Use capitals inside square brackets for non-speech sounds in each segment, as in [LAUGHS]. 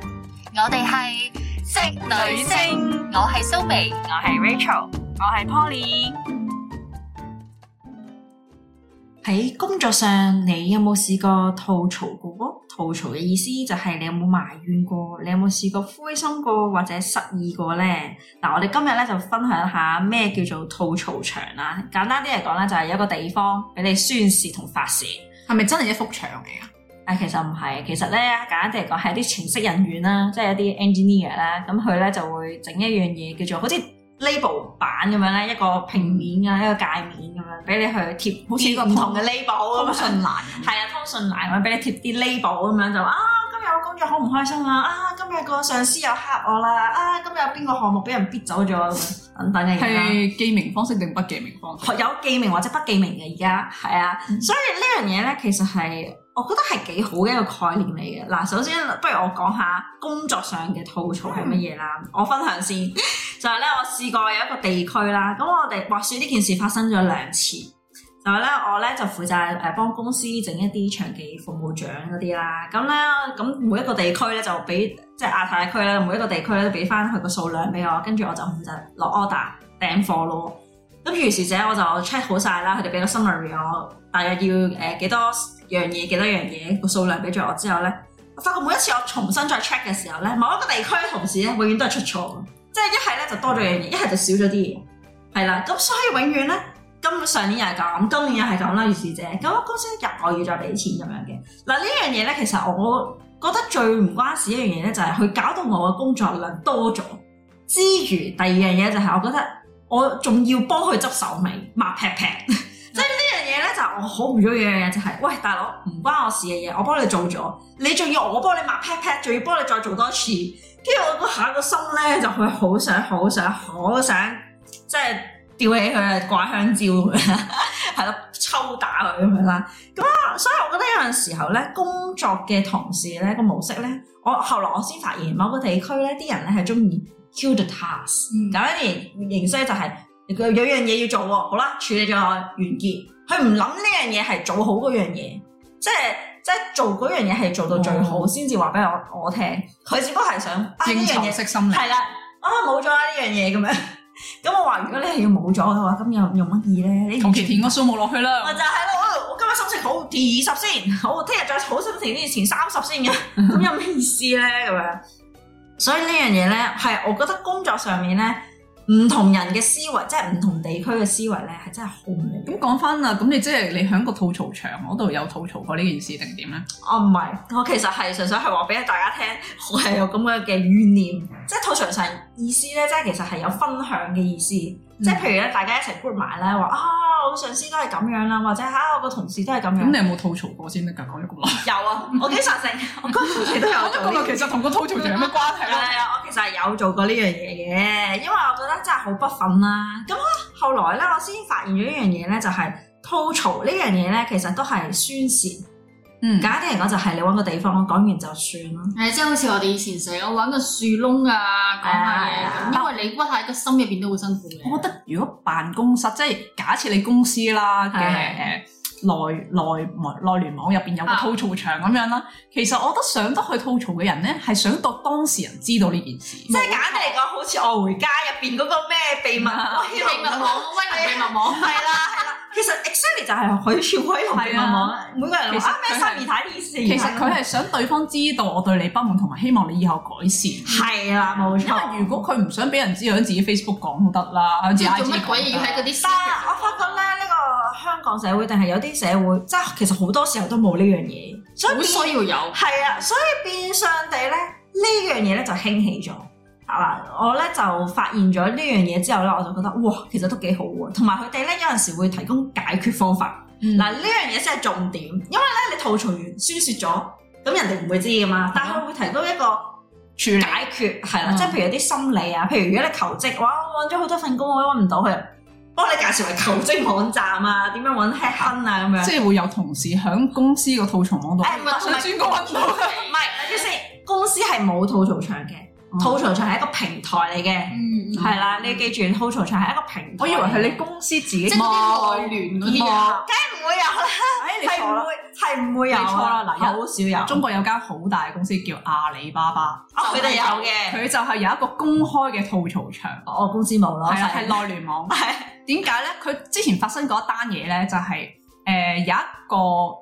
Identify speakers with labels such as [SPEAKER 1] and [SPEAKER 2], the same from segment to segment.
[SPEAKER 1] 我哋係職
[SPEAKER 2] 女聲，
[SPEAKER 1] 我係蘇眉，
[SPEAKER 2] 我係 Rachel，我係 Poly。
[SPEAKER 3] 喺工作上，你有冇試過吐槽過？吐槽嘅意思就係你有冇埋怨過？你有冇試過灰心過或者失意過呢？嗱，我哋今日咧就分享下咩叫做吐槽牆啦。簡單啲嚟講咧，就係有一個地方俾你宣泄同發泄。
[SPEAKER 4] 係咪真係一幅牆嚟啊？
[SPEAKER 3] 但其實唔係，其實咧簡單啲嚟講係一啲程式人員啦，即係一啲 engineer 啦，咁佢咧就會整一樣嘢叫做好似 label 版咁樣咧，一個平面啊，一個界面咁樣俾你去貼，好似個唔同嘅 label 咁
[SPEAKER 4] 嗯通
[SPEAKER 3] 樣。
[SPEAKER 4] 訊欄
[SPEAKER 3] 係啊，通訊欄咁俾你貼啲 label 咁樣就話啊，今日我工作好唔開心啊，啊，今日個上司又蝦我啦，啊，今日邊個項目俾人逼走咗咁樣等等嘅嘢啦。
[SPEAKER 4] 係啊記名方式定不記名方式？
[SPEAKER 3] 學有記名或者不記名嘅而家係啊，所以呢樣嘢咧其實係我覺得係幾好嘅一個概念嚟嘅。嗱，首先不如我講下工作上嘅吐槽係乜嘢啦，我分享先。 [LAUGHS] 就係咧，我試過有一個地區啦，咁我哋話説呢件事發生咗兩次。就係咧，我咧就負責誒幫公司整一啲長期服務獎嗰啲啦。咁咧，咁每一個地區咧就俾即係亞太區咧，每一個地區咧都俾翻佢個數量俾我，跟住我就負責落 order 訂貨咯。咁於是者我就 check 好晒啦，佢哋俾個 summary 我，大約要誒、呃、幾多樣嘢幾多樣嘢個數量俾咗我之後咧，我發覺每一次我重新再 check 嘅時候咧，某一個地區嘅同事咧永遠都係哎出錯嘅，即係一係咧就多咗樣嘢，一係就少咗啲嘢，係啦，咁所以永遠咧。今上年又係咁，今年又係咁啦，於是者咁我公司又要再俾錢咁樣嘅。嗱呢樣嘢咧，其實我覺得最唔關事一樣嘢咧，就係佢搞到我嘅工作量多咗之餘，第二樣嘢就係我覺得我仲要幫佢執手尾抹劈劈，即係呢樣嘢咧就係我好唔中意嘅嘢，就係、喂大佬唔關我事嘅嘢，我幫你做咗，你仲要我幫你抹劈劈，仲要幫你再做多次，跟住我個下個心咧就會好想好想好想即係。吊起佢啊，掛香蕉咁樣啦，係咯，抽打佢咁樣啦。咁啊，所以我覺得有陣時候咧，工作嘅同事咧個模式咧，我後來我先發現某個地區咧啲人咧係中意 kill the task，
[SPEAKER 4] 嗯
[SPEAKER 3] 咁一形形式就係、佢有樣嘢要做喎，好啦，處理咗完結，佢唔諗呢樣嘢係做好嗰樣嘢，即係即係做嗰樣嘢係
[SPEAKER 4] 哦
[SPEAKER 3] 做到最好先至話俾我我聽，佢只不過係想啊呢
[SPEAKER 4] 應
[SPEAKER 3] 樣
[SPEAKER 4] 酬
[SPEAKER 3] 嘢。
[SPEAKER 4] 式心理。
[SPEAKER 3] 係啦，啊冇咗啦呢樣嘢咁樣。咁我話如果你係要冇咗嘅話，咁又用乜嘢咧？你
[SPEAKER 4] 求
[SPEAKER 3] 完
[SPEAKER 4] 其
[SPEAKER 3] 全
[SPEAKER 4] 填個數目落去
[SPEAKER 3] 我
[SPEAKER 4] 啦。
[SPEAKER 3] 就係咯，我今日心情好，填二十先，好，聽日再好心情啲，前三十先 [LAUGHS] 嘅，咁有咩意思咧？咁樣，所以呢樣嘢咧，係我覺得工作上面咧，唔同人嘅思維，即係唔同地區嘅思維咧，係真係好唔一樣。
[SPEAKER 4] 咁講翻啦，咁你即係你喺個吐槽牆嗰度有吐槽過呢件事定點咧？
[SPEAKER 3] 我哦唔係，我其實係純粹係話俾大家聽，我係有咁樣嘅怨念，即係吐槽上意思咧，即係其實係有分享嘅意思，即係譬如咧，大家一齊 group 埋咧，話啊，我上司都係咁樣啦，或者嚇、啊我個同事都係咁
[SPEAKER 4] 咁
[SPEAKER 3] 樣，
[SPEAKER 4] 你有冇吐槽過先得㗎？講咗咁 [LAUGHS] 耐，
[SPEAKER 3] 有 [LAUGHS] 啊，我經常性，我嗰陣時都
[SPEAKER 4] [LAUGHS]
[SPEAKER 3] 有做
[SPEAKER 4] 咁
[SPEAKER 3] 呢
[SPEAKER 4] 啊，其實同個吐槽牆有乜關係
[SPEAKER 3] 係
[SPEAKER 4] 咧？
[SPEAKER 3] 啊，我其實係有做過呢樣嘢嘅，因為我覺得真係好不忿啦。咁咧，後來咧，我先發現咗一樣嘢咧，就係、吐槽呢樣嘢咧，其實都係宣泄。
[SPEAKER 4] 嗯，
[SPEAKER 3] 簡單啲嚟講，就係你揾個地方講完就算啦。
[SPEAKER 1] 係即係好似我哋以前成日揾個樹窿啊，講下嘢
[SPEAKER 3] 係啊
[SPEAKER 1] 咁，因為你屈喺個心入邊都好辛苦
[SPEAKER 4] 我
[SPEAKER 1] 嘅。
[SPEAKER 4] 覺得如果辦公室即係假設你公司啦嘅誒
[SPEAKER 3] 係
[SPEAKER 4] 內內內聯網入邊有個
[SPEAKER 1] 啊
[SPEAKER 4] 吐槽牆咁樣啦，其實我覺得上得去吐槽嘅人咧，係想到當事人知道呢件事。
[SPEAKER 3] 即係簡單嚟講，好似我回家入邊嗰個咩秘密， [LAUGHS] 我
[SPEAKER 1] 秘密網，威力秘密網，
[SPEAKER 3] 係啊啦係啦。其實 exactly 就係許傳威同秘密網，每個人話啊咩三二睇呢事，
[SPEAKER 4] 其實佢係想對方知道我對你不滿，同埋希望你以後改善。
[SPEAKER 3] 係啦冇
[SPEAKER 4] 因
[SPEAKER 3] 錯。
[SPEAKER 4] 為如果佢唔想俾人知，喺自己 Facebook 講都得啦，喺自
[SPEAKER 1] 即
[SPEAKER 4] 己
[SPEAKER 1] 係
[SPEAKER 4] IG
[SPEAKER 1] 做乜鬼嘢要喺嗰
[SPEAKER 4] 講
[SPEAKER 1] 啲
[SPEAKER 3] 但係我發覺咧，呢個香港社會定係有啲社會，即係其實好多時候都冇呢樣嘢，所以
[SPEAKER 1] 好
[SPEAKER 3] 變
[SPEAKER 1] 需要有，
[SPEAKER 3] 係啊，所以變相地咧，呢樣嘢咧就興起咗。啊嗱，我咧就發現咗呢樣嘢之後咧，我就覺得哇，其實都幾好喎。同埋佢哋咧有陣時會提供解決方法。
[SPEAKER 4] 嗯
[SPEAKER 3] 嗱呢樣嘢先係重點，因為咧你吐槽完宣泄咗，咁人哋唔會知噶嘛。但係佢會提供一個
[SPEAKER 4] 嗯處理
[SPEAKER 3] 解決係啦，
[SPEAKER 4] 嗯
[SPEAKER 3] 即係譬如有啲心理啊，譬如如果你求職，哇，我揾咗好多份工，我都揾唔到佢，幫你介紹嚟求職網站啊，點樣揾 headhunt 啊咁樣。
[SPEAKER 4] 嗯即係會有同事喺公司個吐槽網度，
[SPEAKER 3] 誒唔係
[SPEAKER 4] 我想專個揾到。
[SPEAKER 3] 唔係，等陣先，公司係冇吐槽牆嘅，
[SPEAKER 4] 嗯
[SPEAKER 3] 吐槽牆係一個平台嚟嘅。
[SPEAKER 1] 嗯嗯
[SPEAKER 3] 係啦，你要記住，吐槽牆係一個平台。
[SPEAKER 4] 我以為係你公司自己
[SPEAKER 1] 即係嗰啲內聯嗰啲啊，
[SPEAKER 3] 梗係唔會有啦，
[SPEAKER 4] 哎，你
[SPEAKER 3] 係
[SPEAKER 4] 錯
[SPEAKER 3] 唔
[SPEAKER 4] 啦。
[SPEAKER 3] 會係唔會有啊
[SPEAKER 4] 你錯啦嗱
[SPEAKER 3] 好少有。
[SPEAKER 4] 中國有間好大嘅公司叫阿里巴巴，
[SPEAKER 3] 啊，佢哋有嘅，
[SPEAKER 4] 佢就係有一個公開嘅吐槽牆，
[SPEAKER 3] 我哦公司冇啊咯啊
[SPEAKER 4] 係啦，係內聯網。點解咧？佢之前發生過一單嘢咧，就係、誒、有一個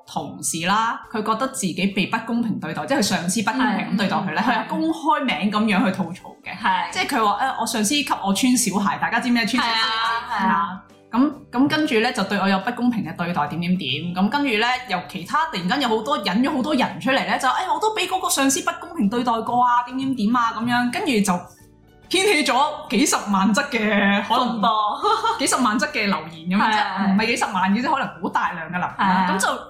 [SPEAKER 4] 同事啦，佢覺得自己被不公平對待，即係佢上司不公平咁對待佢咧，
[SPEAKER 3] 係
[SPEAKER 4] 佢係公開名咁樣去吐槽嘅，
[SPEAKER 3] 係
[SPEAKER 4] 即係佢話呃誒，我上司給我穿小鞋，大家知唔知穿小
[SPEAKER 3] 係
[SPEAKER 4] 鞋？
[SPEAKER 3] 啊係
[SPEAKER 4] 係
[SPEAKER 3] 啊，
[SPEAKER 4] 啊，咁咁跟住咧就對我有不公平嘅對待點點點，咁跟住咧由其他突然間有好多引咗好多人出嚟咧，就誒、哎我都俾嗰個上司不公平對待過啊，點點點啊咁樣，跟住就掀起咗幾十萬則
[SPEAKER 3] [LAUGHS]
[SPEAKER 4] 嘅可能
[SPEAKER 3] 風波
[SPEAKER 4] 幾十萬則嘅留言咁
[SPEAKER 3] 係
[SPEAKER 4] 樣，即
[SPEAKER 3] 係
[SPEAKER 4] 係唔係幾十萬嘅啫，可能好大量嘅留言啦，
[SPEAKER 3] 係
[SPEAKER 4] 咁就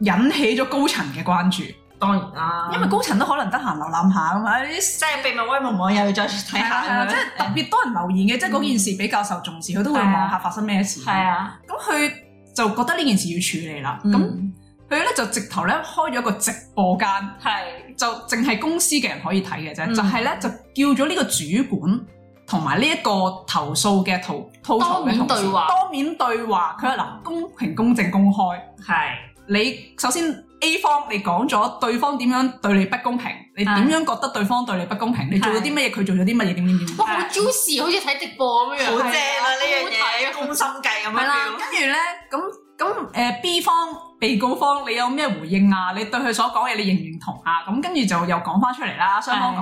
[SPEAKER 4] 引起咗高層嘅關注，
[SPEAKER 3] 當然啦，
[SPEAKER 4] 因為高層都可能得閒瀏覽下咁嘛，哎啲
[SPEAKER 3] 即係秘密威望網友要再睇
[SPEAKER 4] 係啊係嗯
[SPEAKER 3] 下
[SPEAKER 4] 啊，即係特別多人留言嘅，即係嗰件事比較受重視，佢都會望下發生咩事。
[SPEAKER 3] 係啊，
[SPEAKER 4] 咁佢就覺得呢件事要處理啦。咁
[SPEAKER 3] 咁
[SPEAKER 4] 佢咧就直頭咧開咗一個直播間，
[SPEAKER 3] 係
[SPEAKER 4] 就淨係公司嘅人可以睇嘅啫。
[SPEAKER 3] 嗯
[SPEAKER 4] 就係咧就叫咗呢個主管同埋呢一個投訴嘅吐吐槽嘅同事
[SPEAKER 1] 當面對話
[SPEAKER 4] 當面對話。佢話嗱，公平、公正、公開。
[SPEAKER 3] 係
[SPEAKER 4] 你首先 A 方你講咗對方點樣對你不公平，你點
[SPEAKER 3] 係
[SPEAKER 4] 樣覺得對方對你不公平，你做咗啲乜嘢，佢做咗啲乜嘢，點點點點。
[SPEAKER 1] 哇好 juicy，好似睇直播咁樣，
[SPEAKER 3] 好正
[SPEAKER 1] 係
[SPEAKER 3] 啊！呢樣嘢
[SPEAKER 1] 好好睇啊
[SPEAKER 3] 攻心計咁樣
[SPEAKER 4] 係啦，
[SPEAKER 3] 叫
[SPEAKER 4] 跟住咧，咁咁誒 B 方被告方，你有咩回應啊？你對佢所講嘢，你認唔認同啊？咁跟住就又講翻出嚟啦，雙方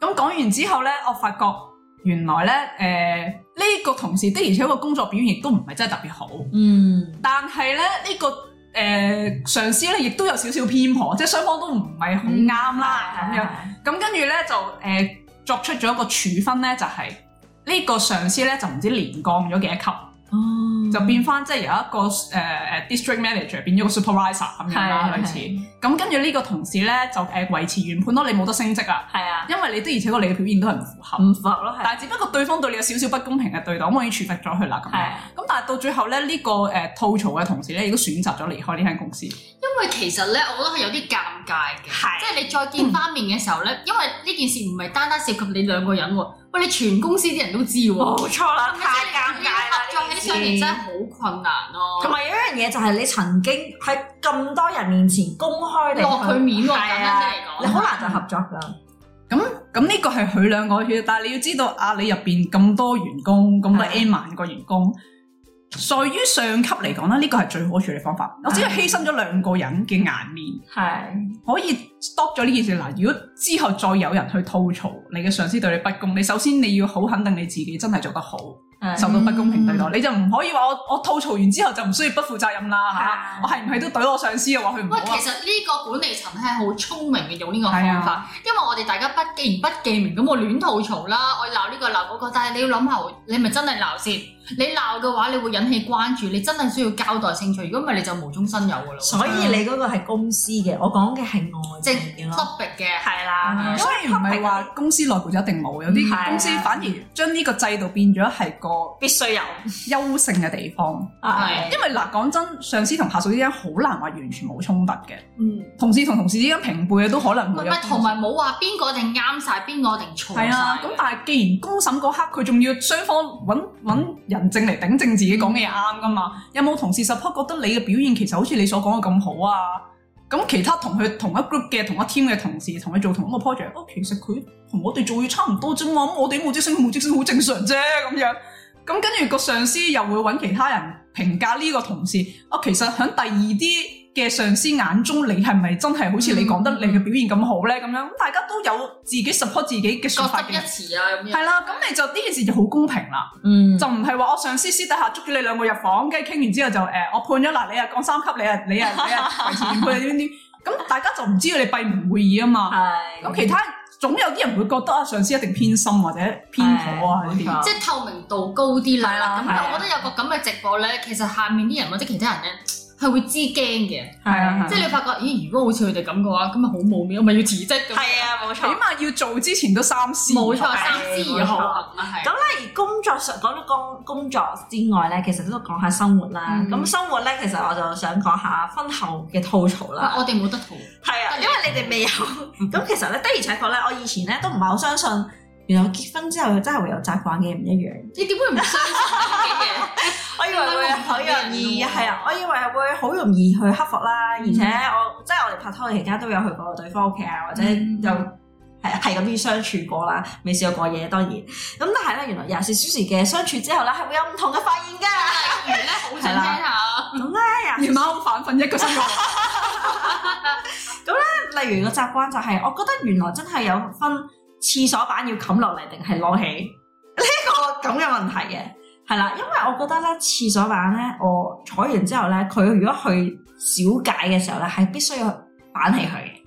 [SPEAKER 4] 講。咁講完之後咧，我發覺原來咧誒呢、個同事的而且個工作表現亦都唔係真係特別好，
[SPEAKER 3] 嗯
[SPEAKER 4] 但係咧呢、個誒、呃上司咧亦都有少少偏頗，即係雙方都唔係好啱啦咁
[SPEAKER 3] 啊
[SPEAKER 4] 樣。
[SPEAKER 3] 嗯
[SPEAKER 4] 咁跟住咧就誒、呃作出咗一個處分咧，就係、呢個上司咧就唔知連降咗幾多級。
[SPEAKER 3] 哦
[SPEAKER 4] 就變翻即係由一個誒誒、呃 district manager 變咗個 supervisor 咁樣啦，類似。咁跟住呢個同事咧就誒維持原判咯，你冇得升職啊，
[SPEAKER 3] 係啊，
[SPEAKER 4] 因為你的而且確你嘅表現都係唔符合。
[SPEAKER 3] 唔符合咯，係
[SPEAKER 4] 但係只不過對方對你有少少不公平嘅對待，咁我已經處罰咗佢啦咁
[SPEAKER 3] 係
[SPEAKER 4] 樣。
[SPEAKER 3] 啊
[SPEAKER 4] 咁但係到最後咧，呢、個誒、呃吐槽嘅同事咧，亦都選擇咗離開呢間公司。
[SPEAKER 1] 因為其實咧，我覺得係有啲尷尬嘅，
[SPEAKER 3] 係
[SPEAKER 1] 即係你再見翻面嘅時候咧，因為呢件事唔係單單涉及你兩個人喎，喂，你全公司啲人都知喎，
[SPEAKER 3] 冇錯啦，哦太尷尬啦，
[SPEAKER 1] 合作起上嚟真係好困難
[SPEAKER 3] 同
[SPEAKER 1] 咯，
[SPEAKER 3] 埋有一樣嘢就係你曾經喺咁多人面前公開地
[SPEAKER 1] 落佢面喎，簡
[SPEAKER 3] 係
[SPEAKER 1] 單
[SPEAKER 3] 啊，
[SPEAKER 1] 啲嚟
[SPEAKER 3] 你。
[SPEAKER 1] 講
[SPEAKER 3] 好難就合作㗎。
[SPEAKER 4] 咁呢個係佢兩個血，但係你要知道阿里入邊咁多員工，咁多
[SPEAKER 3] 係
[SPEAKER 4] N 萬個員工，在於上級嚟講咧，呢個係最好嘅處理方法。我只係犧牲咗兩個人嘅顏面，
[SPEAKER 3] 係
[SPEAKER 4] 可以 stop 咗呢件事。嗱，如果之後再有人去吐槽你嘅上司對你不公，你首先你要好肯定你自己真係做得好，
[SPEAKER 1] 嗯
[SPEAKER 4] 受到不公平對待，你就唔可以話我我吐槽完之後就唔需要不負責任啦嚇。
[SPEAKER 3] 啊
[SPEAKER 4] 我係唔係都懟我上司嘅話佢唔
[SPEAKER 1] 嗯喂，
[SPEAKER 4] 好
[SPEAKER 1] 其
[SPEAKER 4] 啊？
[SPEAKER 1] 實呢個管理層係好聰明嘅用呢個方法，因為我哋大家不既然不記名，咁我亂吐槽啦，我鬧呢個鬧嗰個，但係你要諗下，你係咪真係鬧先？你鬧嘅話，你會引起關注，你真係需要交代清楚，如果唔係你就無中生有噶啦。
[SPEAKER 3] 所以你嗰個係公司嘅，我講嘅係外
[SPEAKER 1] 即
[SPEAKER 3] 邊嘅咯，
[SPEAKER 1] topic 嘅，
[SPEAKER 3] 係啦
[SPEAKER 1] 嗯
[SPEAKER 4] 啊所以唔係話公司內部就一定冇，有
[SPEAKER 3] 係啊
[SPEAKER 4] 啲公司反而將呢個制度變咗係個
[SPEAKER 3] 必須有，
[SPEAKER 4] 優勝嘅地方。
[SPEAKER 3] 啊 À,
[SPEAKER 1] 係
[SPEAKER 4] 因為嗱，講真，上司同下屬之間好難話完全冇衝突嘅，
[SPEAKER 3] 嗯，
[SPEAKER 4] 同事同同事之間平輩嘅都可能
[SPEAKER 1] 唔
[SPEAKER 4] 會有
[SPEAKER 1] 係同埋冇話邊個一定啱晒，邊個一定錯晒。
[SPEAKER 4] 係啊，咁但係既然公審嗰刻佢仲要雙方揾揾人證嚟頂證自己講嘅嘢啱噶嘛，有冇同事 support 覺得你嘅表現其實好似你所講嘅咁好啊？咁其他同佢同一 group 嘅同一 team 嘅同事同佢做同一個 project，哦，其實佢同我哋做嘢差唔多啫嘛，咁我哋冇職升冇職升好正常啫咁樣。咁跟住個上司又會揾其他人評價呢個同事，哦，其實喺第二啲嘅上司眼中，你係咪真係好
[SPEAKER 1] 嗯
[SPEAKER 4] 似你講得你嘅表現咁好咧？咁樣咁大家都有自己 support 自己嘅
[SPEAKER 1] 各
[SPEAKER 4] 說法
[SPEAKER 1] 執
[SPEAKER 4] 嘅
[SPEAKER 1] 一。詞啊咁樣。
[SPEAKER 4] 係啦，咁你就呢件事就好公平啦，
[SPEAKER 3] 嗯
[SPEAKER 4] 就唔係話我上司私底下捉咗你兩個入房，跟住傾完之後就誒、呃我判咗嗱，你啊降三級，你啊你啊
[SPEAKER 1] [LAUGHS]
[SPEAKER 4] 你啊維持原判點點點，咁大家就唔知道你閉門會議啊嘛，
[SPEAKER 3] 係
[SPEAKER 4] 咁其他總有啲人會覺得啊上司一定偏心或者偏頗啊呢
[SPEAKER 3] 係
[SPEAKER 4] 啲，
[SPEAKER 1] 即係透明度高
[SPEAKER 3] 係
[SPEAKER 1] 啲啦。
[SPEAKER 3] 啦
[SPEAKER 1] 咁
[SPEAKER 3] 係啊
[SPEAKER 1] 但我覺得有個咁嘅直播咧，其實下面啲人或者其他人咧係會知驚嘅。
[SPEAKER 4] 係啊
[SPEAKER 1] 即係你發覺，咦？如果好似佢哋咁嘅話，咁咪好冇面，我咪要辭職咁。
[SPEAKER 3] 係啊，冇
[SPEAKER 4] 起
[SPEAKER 3] 錯。
[SPEAKER 4] 碼要做之前都三思，
[SPEAKER 1] 冇錯，
[SPEAKER 3] 係
[SPEAKER 1] 三思而後行啊，係
[SPEAKER 3] 咁。咧，而工作上講到工工作之外咧，其實都講下生活啦。
[SPEAKER 1] 嗯
[SPEAKER 3] 咁、生活咧，其實我就想講下婚後嘅吐槽啦。
[SPEAKER 1] 我哋冇得逃，
[SPEAKER 3] [LAUGHS] 嗯係啊，因為你哋未有。咁其實咧，的而且確咧，我以前咧都唔係好相信原來結婚之後真係會有習慣嘅唔一樣。
[SPEAKER 1] 你點會唔相信呢
[SPEAKER 3] 我以為會好容易係啊，我以為會好容易去克服啦，而且我即係我哋拍拖嘅期間都有去過對方屋企啊，或者
[SPEAKER 1] 嗯
[SPEAKER 3] 有係係咁樣相處過啦，未試過過嘢當然。咁但係咧，原來廿四小時嘅相處之後咧，係會有唔同嘅發現㗎。
[SPEAKER 1] [LAUGHS] 啲嘢？例如咧，好想聽 [LAUGHS] 下。
[SPEAKER 3] 咁咧廿
[SPEAKER 4] 夜晚好反瞓一個星期。
[SPEAKER 3] 例如個習慣就係、我覺得原來真係有分廁所板要冚落嚟定係攞起 [LAUGHS] 呢個咁嘅問題嘅，係啦，因為我覺得咧廁所板咧，我坐完之後咧，佢如果去小解嘅時候咧，係必須要板起佢嘅。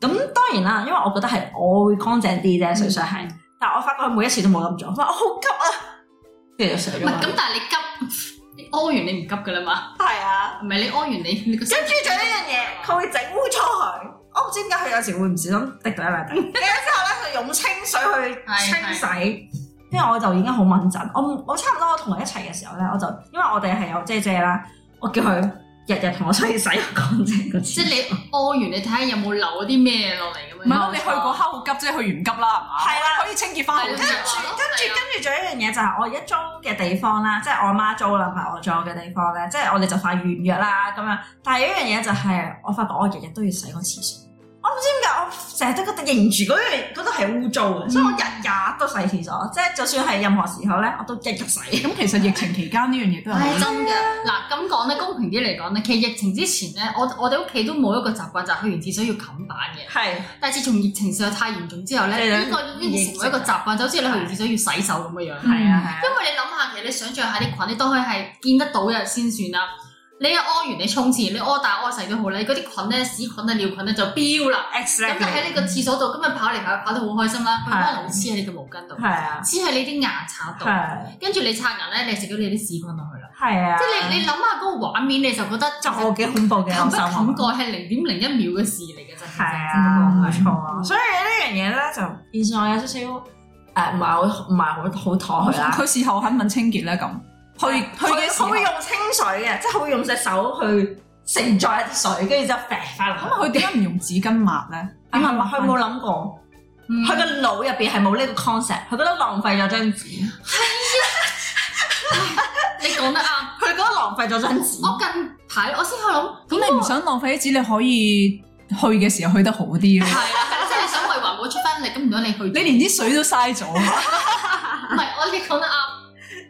[SPEAKER 3] 咁當然啦，因為我覺得係我會乾淨啲
[SPEAKER 1] 嗯
[SPEAKER 3] 啫，純粹係，但我發覺佢每一次都冇咁做，我話我好急啊，跟住就上
[SPEAKER 1] 唔
[SPEAKER 3] 咗
[SPEAKER 1] 係
[SPEAKER 3] 啦。
[SPEAKER 1] 咁，但係你急，你屙完你唔急噶啦嘛？
[SPEAKER 3] 係啊。
[SPEAKER 1] 唔係你屙完你你個
[SPEAKER 3] 最中意做呢樣嘢，佢會整污糟佢。我唔知點解佢有時會唔小心滴到一笪地。跟住之後咧，佢用清水去清洗。因為我就已經好敏陣，我我差唔多我同佢一齊嘅時候咧，我就因為我哋係有姐姐啦，我叫佢日日同我出去洗乾淨個
[SPEAKER 1] 即
[SPEAKER 3] 廁
[SPEAKER 1] 係。你屙完你睇下有冇留啲咩落嚟咁樣。
[SPEAKER 4] 唔係咯，你去過烤好急啫，去完唔急啦，係嘛？
[SPEAKER 3] 係啦
[SPEAKER 4] 可以清潔翻好
[SPEAKER 1] 係啊
[SPEAKER 4] 啲
[SPEAKER 1] 啦。
[SPEAKER 3] 啊跟住跟住跟住仲有一樣嘢就係我而家租嘅地方啦，即係我媽租啦，唔係我租嘅地方咧，即係我哋就快完約啦咁樣。但係有一樣嘢就係我發覺我日日都要洗個廁所，我唔知點解我成日都覺得認住嗰樣嗰度係污糟
[SPEAKER 1] 嗯
[SPEAKER 3] 嘅，所以我日日都洗廁所，即係就算係任何時候咧，我都日日洗。
[SPEAKER 4] 咁其實疫情期間呢樣嘢都有
[SPEAKER 1] 係啊真嘅。嗱咁講咧，公平啲嚟講咧，其實疫情之前咧，我我哋屋企都冇一個習慣，就係去完廁所要冚板嘅。
[SPEAKER 3] 係
[SPEAKER 1] 但係自從疫情實在太嚴重之後
[SPEAKER 3] 係
[SPEAKER 1] 咧，
[SPEAKER 3] 啦
[SPEAKER 1] 呢個已經成為一個習慣，就好似你去完廁所要洗手咁嘅樣。
[SPEAKER 3] 係啊係啊
[SPEAKER 1] 因為你諗下，其實你想象下啲菌，你當佢係見得到嘅先算啦。你一屙完你沖廁，你屙大屙細都好咧，嗰啲菌咧、屎菌啊、尿菌咧就飆啦。咁就喺
[SPEAKER 3] ，exactly
[SPEAKER 1] 你個廁所度，咁咪跑嚟跑去，跑得好開心啦。佢
[SPEAKER 3] 係
[SPEAKER 1] 可能會黐喺你嘅毛巾度，
[SPEAKER 3] 係啊
[SPEAKER 1] 黐喺你啲牙刷度，
[SPEAKER 3] 係
[SPEAKER 1] 跟住你刷牙咧，你食咗你啲屎菌落去啦。
[SPEAKER 3] 係啊，
[SPEAKER 1] 即係你你諗下嗰個畫面，你就覺得
[SPEAKER 3] 就我幾恐怖嘅，
[SPEAKER 1] 冚
[SPEAKER 3] 我
[SPEAKER 1] 不
[SPEAKER 3] 心諗啊
[SPEAKER 1] 冚蓋係零點零一秒嘅事嚟嘅啫。
[SPEAKER 3] 係啊，冇錯啊。
[SPEAKER 1] 嗯
[SPEAKER 3] 所以呢樣嘢咧就變相有少少誒呃唔係好唔係好好妥佢啦。
[SPEAKER 4] 佢事後肯唔肯清潔咧？咁去去嘅時
[SPEAKER 3] 佢
[SPEAKER 4] 候
[SPEAKER 3] 會，用清水嘅，即係佢會用隻手去盛載一啲水，跟住之後啡翻落去。
[SPEAKER 4] 咁佢點解唔用紙巾抹咧？
[SPEAKER 3] 點解話啊佢冇諗過？
[SPEAKER 1] 嗯
[SPEAKER 3] 佢個腦入邊係冇呢個 concept，佢覺得浪費咗張紙，
[SPEAKER 1] 你講得啱。
[SPEAKER 3] 佢覺得浪費咗張紙。
[SPEAKER 1] 我近排我先去諗，
[SPEAKER 4] 咁你唔想浪費啲紙，你可以去嘅時候去得好啲咯。
[SPEAKER 1] 係啦，
[SPEAKER 3] [LAUGHS]
[SPEAKER 1] 係啦即係你想為環保出翻力，咁唔想你去。
[SPEAKER 4] 你連啲水都嘥咗，
[SPEAKER 1] 唔係我你講得啱。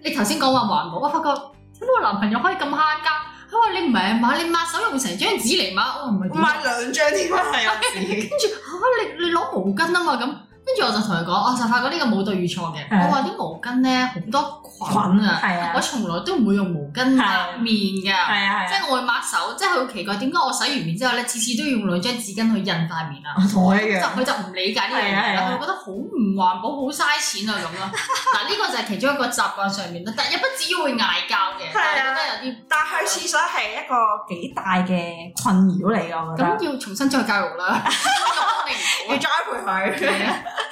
[SPEAKER 1] 你頭先講話環保，我發覺點解我男朋友可以咁慳家？佢話你唔係啊嘛，你抹手用成張紙嚟抹，我唔係點啊。
[SPEAKER 3] 兩張添啊，係啊，紙。
[SPEAKER 1] 跟住嚇你你攞毛巾啊嘛咁，跟住我就同佢講，我就發覺呢個冇對與錯嘅。
[SPEAKER 3] 係
[SPEAKER 1] 我話啲毛巾咧好多菌啊，
[SPEAKER 3] 係啊
[SPEAKER 1] 我，從來都唔會用毛巾抹
[SPEAKER 3] 係
[SPEAKER 1] 面㗎。
[SPEAKER 3] 係啊，
[SPEAKER 1] 即
[SPEAKER 3] 係啊。
[SPEAKER 1] 係我會抹手，即係佢好奇怪點解我洗完面之後咧，次次都要用兩張紙巾去印塊面啊！
[SPEAKER 3] 同我一
[SPEAKER 1] 就。佢就唔理解呢樣
[SPEAKER 3] 係
[SPEAKER 1] 嘢
[SPEAKER 3] 啊係
[SPEAKER 1] 啦，
[SPEAKER 3] 啊
[SPEAKER 1] 佢覺得好唔環保，好嘥錢啊咁咯。嗱呢個就係其中一個習慣上面啦，但係不至於會嗌交嘅，
[SPEAKER 3] 係
[SPEAKER 1] 但
[SPEAKER 3] 啊
[SPEAKER 1] 係覺得有啲
[SPEAKER 3] 但係去廁所係一個幾大嘅困擾嚟嘅，我覺得。
[SPEAKER 1] 咁要重新再
[SPEAKER 3] [LAUGHS]
[SPEAKER 1] 教育啦，你
[SPEAKER 3] 要
[SPEAKER 1] 唔啊
[SPEAKER 3] 栽培佢，
[SPEAKER 1] 係啊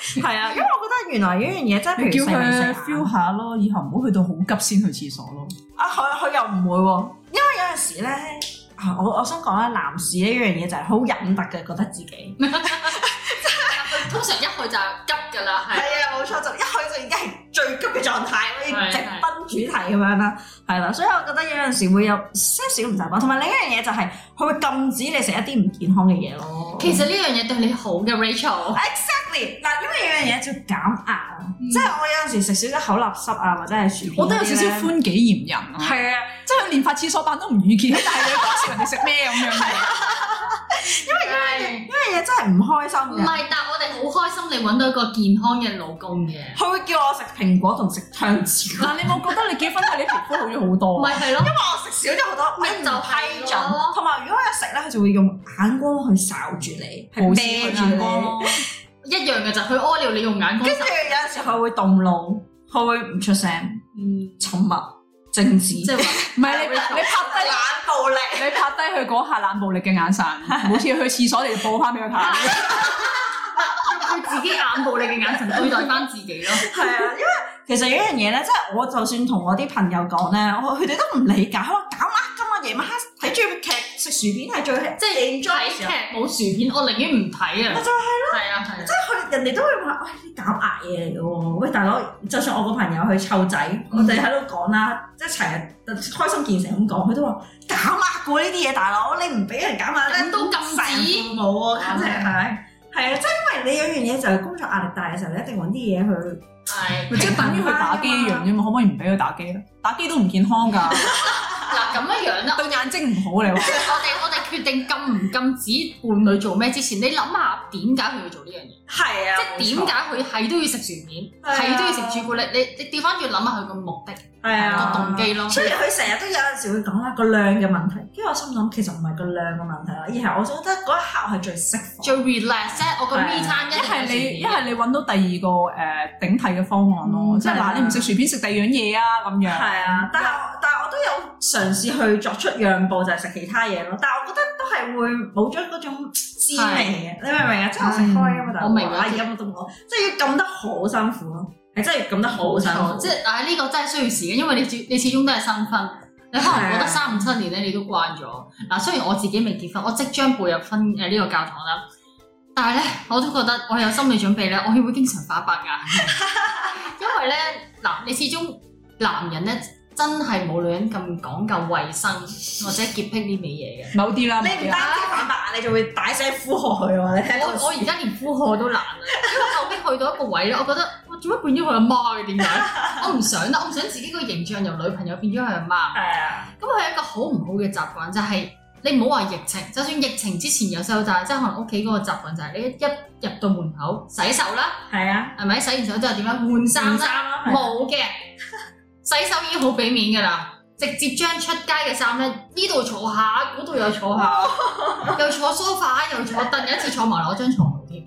[SPEAKER 3] 係啊，因為我覺得原來呢樣嘢真係，譬
[SPEAKER 4] [LAUGHS] 你叫
[SPEAKER 3] 如細明
[SPEAKER 4] 佢
[SPEAKER 3] 食
[SPEAKER 4] feel 下咯，以後唔好去到好急先去廁所咯。
[SPEAKER 3] 啊，佢佢又唔會喎，因為有陣時咧，啊我我想講咧，男士呢樣嘢就係好忍得嘅，覺得自己
[SPEAKER 1] 好，通常一去就急㗎啦，係
[SPEAKER 3] 啊，冇錯，就一去就已經係最急嘅狀態，可
[SPEAKER 1] 係
[SPEAKER 3] 以直奔主題咁樣啦，係啦，所以我覺得有陣時會有些少唔習慣，同埋另一樣嘢就係佢會禁止你食一啲唔健康嘅嘢咯。
[SPEAKER 1] 其實呢樣嘢對你好
[SPEAKER 3] [LAUGHS]
[SPEAKER 1] 嘅 Rachel，
[SPEAKER 3] exactly 嗱，因為有樣嘢叫減壓啊，
[SPEAKER 1] 嗯
[SPEAKER 3] 即係我有陣時食少少口垃圾啊，或者係薯片，
[SPEAKER 4] 我都有少少
[SPEAKER 3] 歡，
[SPEAKER 4] 寬己嚴人啊，
[SPEAKER 3] 係啊。
[SPEAKER 4] 即係佢連發廁所板都唔預見，但係你講笑人哋食咩咁 [LAUGHS] 樣。
[SPEAKER 3] 呢樣
[SPEAKER 1] 係
[SPEAKER 3] 嘢真係唔開心
[SPEAKER 1] 唔
[SPEAKER 3] 嘅。
[SPEAKER 1] 係？但係我哋好開心你揾到一個健康嘅老公嘅，
[SPEAKER 3] 佢會叫我食蘋果同食香蕉，
[SPEAKER 4] 但你冇覺得你結婚後你皮膚好咗好
[SPEAKER 3] 哦
[SPEAKER 1] 唔
[SPEAKER 4] 多啊？
[SPEAKER 1] 係係咯，
[SPEAKER 3] 我食少咗好多，哎
[SPEAKER 1] 咪就係咯
[SPEAKER 3] 批准。同埋如果有食咧，佢就會用眼光去睄住你，係
[SPEAKER 4] 無視
[SPEAKER 1] 啊
[SPEAKER 3] 啤住
[SPEAKER 4] 眼
[SPEAKER 3] 你。
[SPEAKER 4] 光咯，
[SPEAKER 1] 一樣嘅就係佢屙尿你用眼光
[SPEAKER 3] 跟住有陣時佢會動怒，佢會唔出聲，
[SPEAKER 1] 嗯，
[SPEAKER 3] 沉默，靜止，
[SPEAKER 1] 即係話。
[SPEAKER 4] 唔係你你拍低。
[SPEAKER 3] 冷暴
[SPEAKER 1] [LAUGHS]
[SPEAKER 3] 力。
[SPEAKER 4] 你拍低佢嗰下冷暴力嘅 [LAUGHS] 眼神，每次去廁所你就報翻俾佢睇。
[SPEAKER 1] 佢自己眼部你嘅眼神對待翻自
[SPEAKER 3] [LAUGHS]
[SPEAKER 1] 己咯。
[SPEAKER 3] 係啊，因為其實有一樣嘢咧，即係我就算同我啲朋友講咧，我佢哋都唔理解，佢話搞乜今晚夜晚黑睇住劇食薯片係最
[SPEAKER 1] 即係
[SPEAKER 3] enjoy 嘅
[SPEAKER 1] 睇
[SPEAKER 3] 時
[SPEAKER 1] 劇
[SPEAKER 3] 候
[SPEAKER 1] 冇薯片，我寧願唔睇
[SPEAKER 3] 咪
[SPEAKER 1] 啊。
[SPEAKER 3] 就係
[SPEAKER 1] 係啊，係啊
[SPEAKER 3] 即係佢人哋都會話：喂，你搞減壓嘢嚟嘅喎。喂，大佬，就算我個朋友去湊仔，我哋喺度講啦，一齊開心見成咁講，佢都話減壓過呢啲嘢，大佬你唔俾人減壓咧，
[SPEAKER 1] 人都禁止
[SPEAKER 3] 殺人父母啊，簡直係係啊！即係因為你有樣嘢就係工作壓力大嘅時候，你一定揾啲嘢去。
[SPEAKER 1] 係啊
[SPEAKER 4] 咪即係等於佢打機一樣啫嘛，可唔可以唔俾佢打機咧？打機都唔健康㗎， [LAUGHS]
[SPEAKER 1] 嗱咁樣樣啦。
[SPEAKER 4] 對眼睛唔好你話。
[SPEAKER 1] 我哋我哋決定禁唔禁止伴侶做咩之前，你諗下點解佢要做呢樣嘢？
[SPEAKER 3] 係啊
[SPEAKER 1] 即係點解佢係都要食薯片，係都要食朱古力？你你調翻轉諗下佢個目的、
[SPEAKER 3] 係
[SPEAKER 1] 個
[SPEAKER 3] 啊。
[SPEAKER 1] 動機咯。
[SPEAKER 3] 所以佢成日都有陣時會講啦個量嘅問題，跟住我心諗其實唔係個量嘅問題啦，而係我覺得嗰一刻係最適合。
[SPEAKER 1] 最 relax 咧，我個
[SPEAKER 3] 啊
[SPEAKER 1] me time
[SPEAKER 4] 一係
[SPEAKER 1] 一定
[SPEAKER 4] [LAUGHS] 你一
[SPEAKER 1] 係薯片
[SPEAKER 4] 係你揾到第二個誒、呃、頂替嘅方案咯，
[SPEAKER 3] 嗯
[SPEAKER 4] 即係
[SPEAKER 3] 係啊
[SPEAKER 4] 嗱你唔食薯片食第二樣嘢啊咁樣。
[SPEAKER 3] 係啊，但係我但係我都有嘗試去作出讓步，就係食其他嘢咯。但係我覺得都係會冇咗嗰種滋味嘅，你明唔明啊？即係我食開啊嘛，但係
[SPEAKER 1] 我明
[SPEAKER 3] 話
[SPEAKER 1] 啊
[SPEAKER 3] 而家冇咁講，即係要撳得好辛苦咯，係真係撳得好辛苦，
[SPEAKER 1] 即係唉呢個真係需要時間，因為你始你始終都係新婚，你可能過
[SPEAKER 3] 啊
[SPEAKER 1] 得三五七年咧，你都慣咗。嗱，雖然我自己未結婚，我即將步入婚誒呢個教堂啦，但係咧我都覺得我有心理準備咧，我係會經常反白
[SPEAKER 3] [LAUGHS]
[SPEAKER 1] 眼，因為咧嗱，你始終男人咧真係冇女人咁講究衞生或者潔癖呢味嘢嘅。
[SPEAKER 4] 某啲啊啦，
[SPEAKER 3] 你唔單止反白眼，你就會大聲呼喝佢喎，你聽
[SPEAKER 1] 我
[SPEAKER 3] 到
[SPEAKER 1] 我而家連呼喝都難啊，因為後尾去到一個位咧，我覺得我做乜變咗佢阿媽嘅點解？
[SPEAKER 3] [LAUGHS]
[SPEAKER 1] 我唔想啊啦，我唔想自己個形象由女朋友變咗佢阿媽。
[SPEAKER 3] 係啊，
[SPEAKER 1] 咁佢係一個好唔好嘅習慣，就係、你唔好話疫情，就算疫情之前有細路仔，即係可能屋企嗰個習慣就係你一入到門口洗手啦，
[SPEAKER 3] 係啊，
[SPEAKER 1] 係咪？洗完手之後點樣換衫
[SPEAKER 3] 換
[SPEAKER 1] 啦？
[SPEAKER 3] 衫咯，係啊
[SPEAKER 1] 冇嘅，洗手已經好俾面㗎啦，直接將出街嘅衫咧，呢度坐下，嗰度又坐下，
[SPEAKER 3] 啊
[SPEAKER 1] 又坐 sofa，又坐凳，有一次坐埋落我張床度添，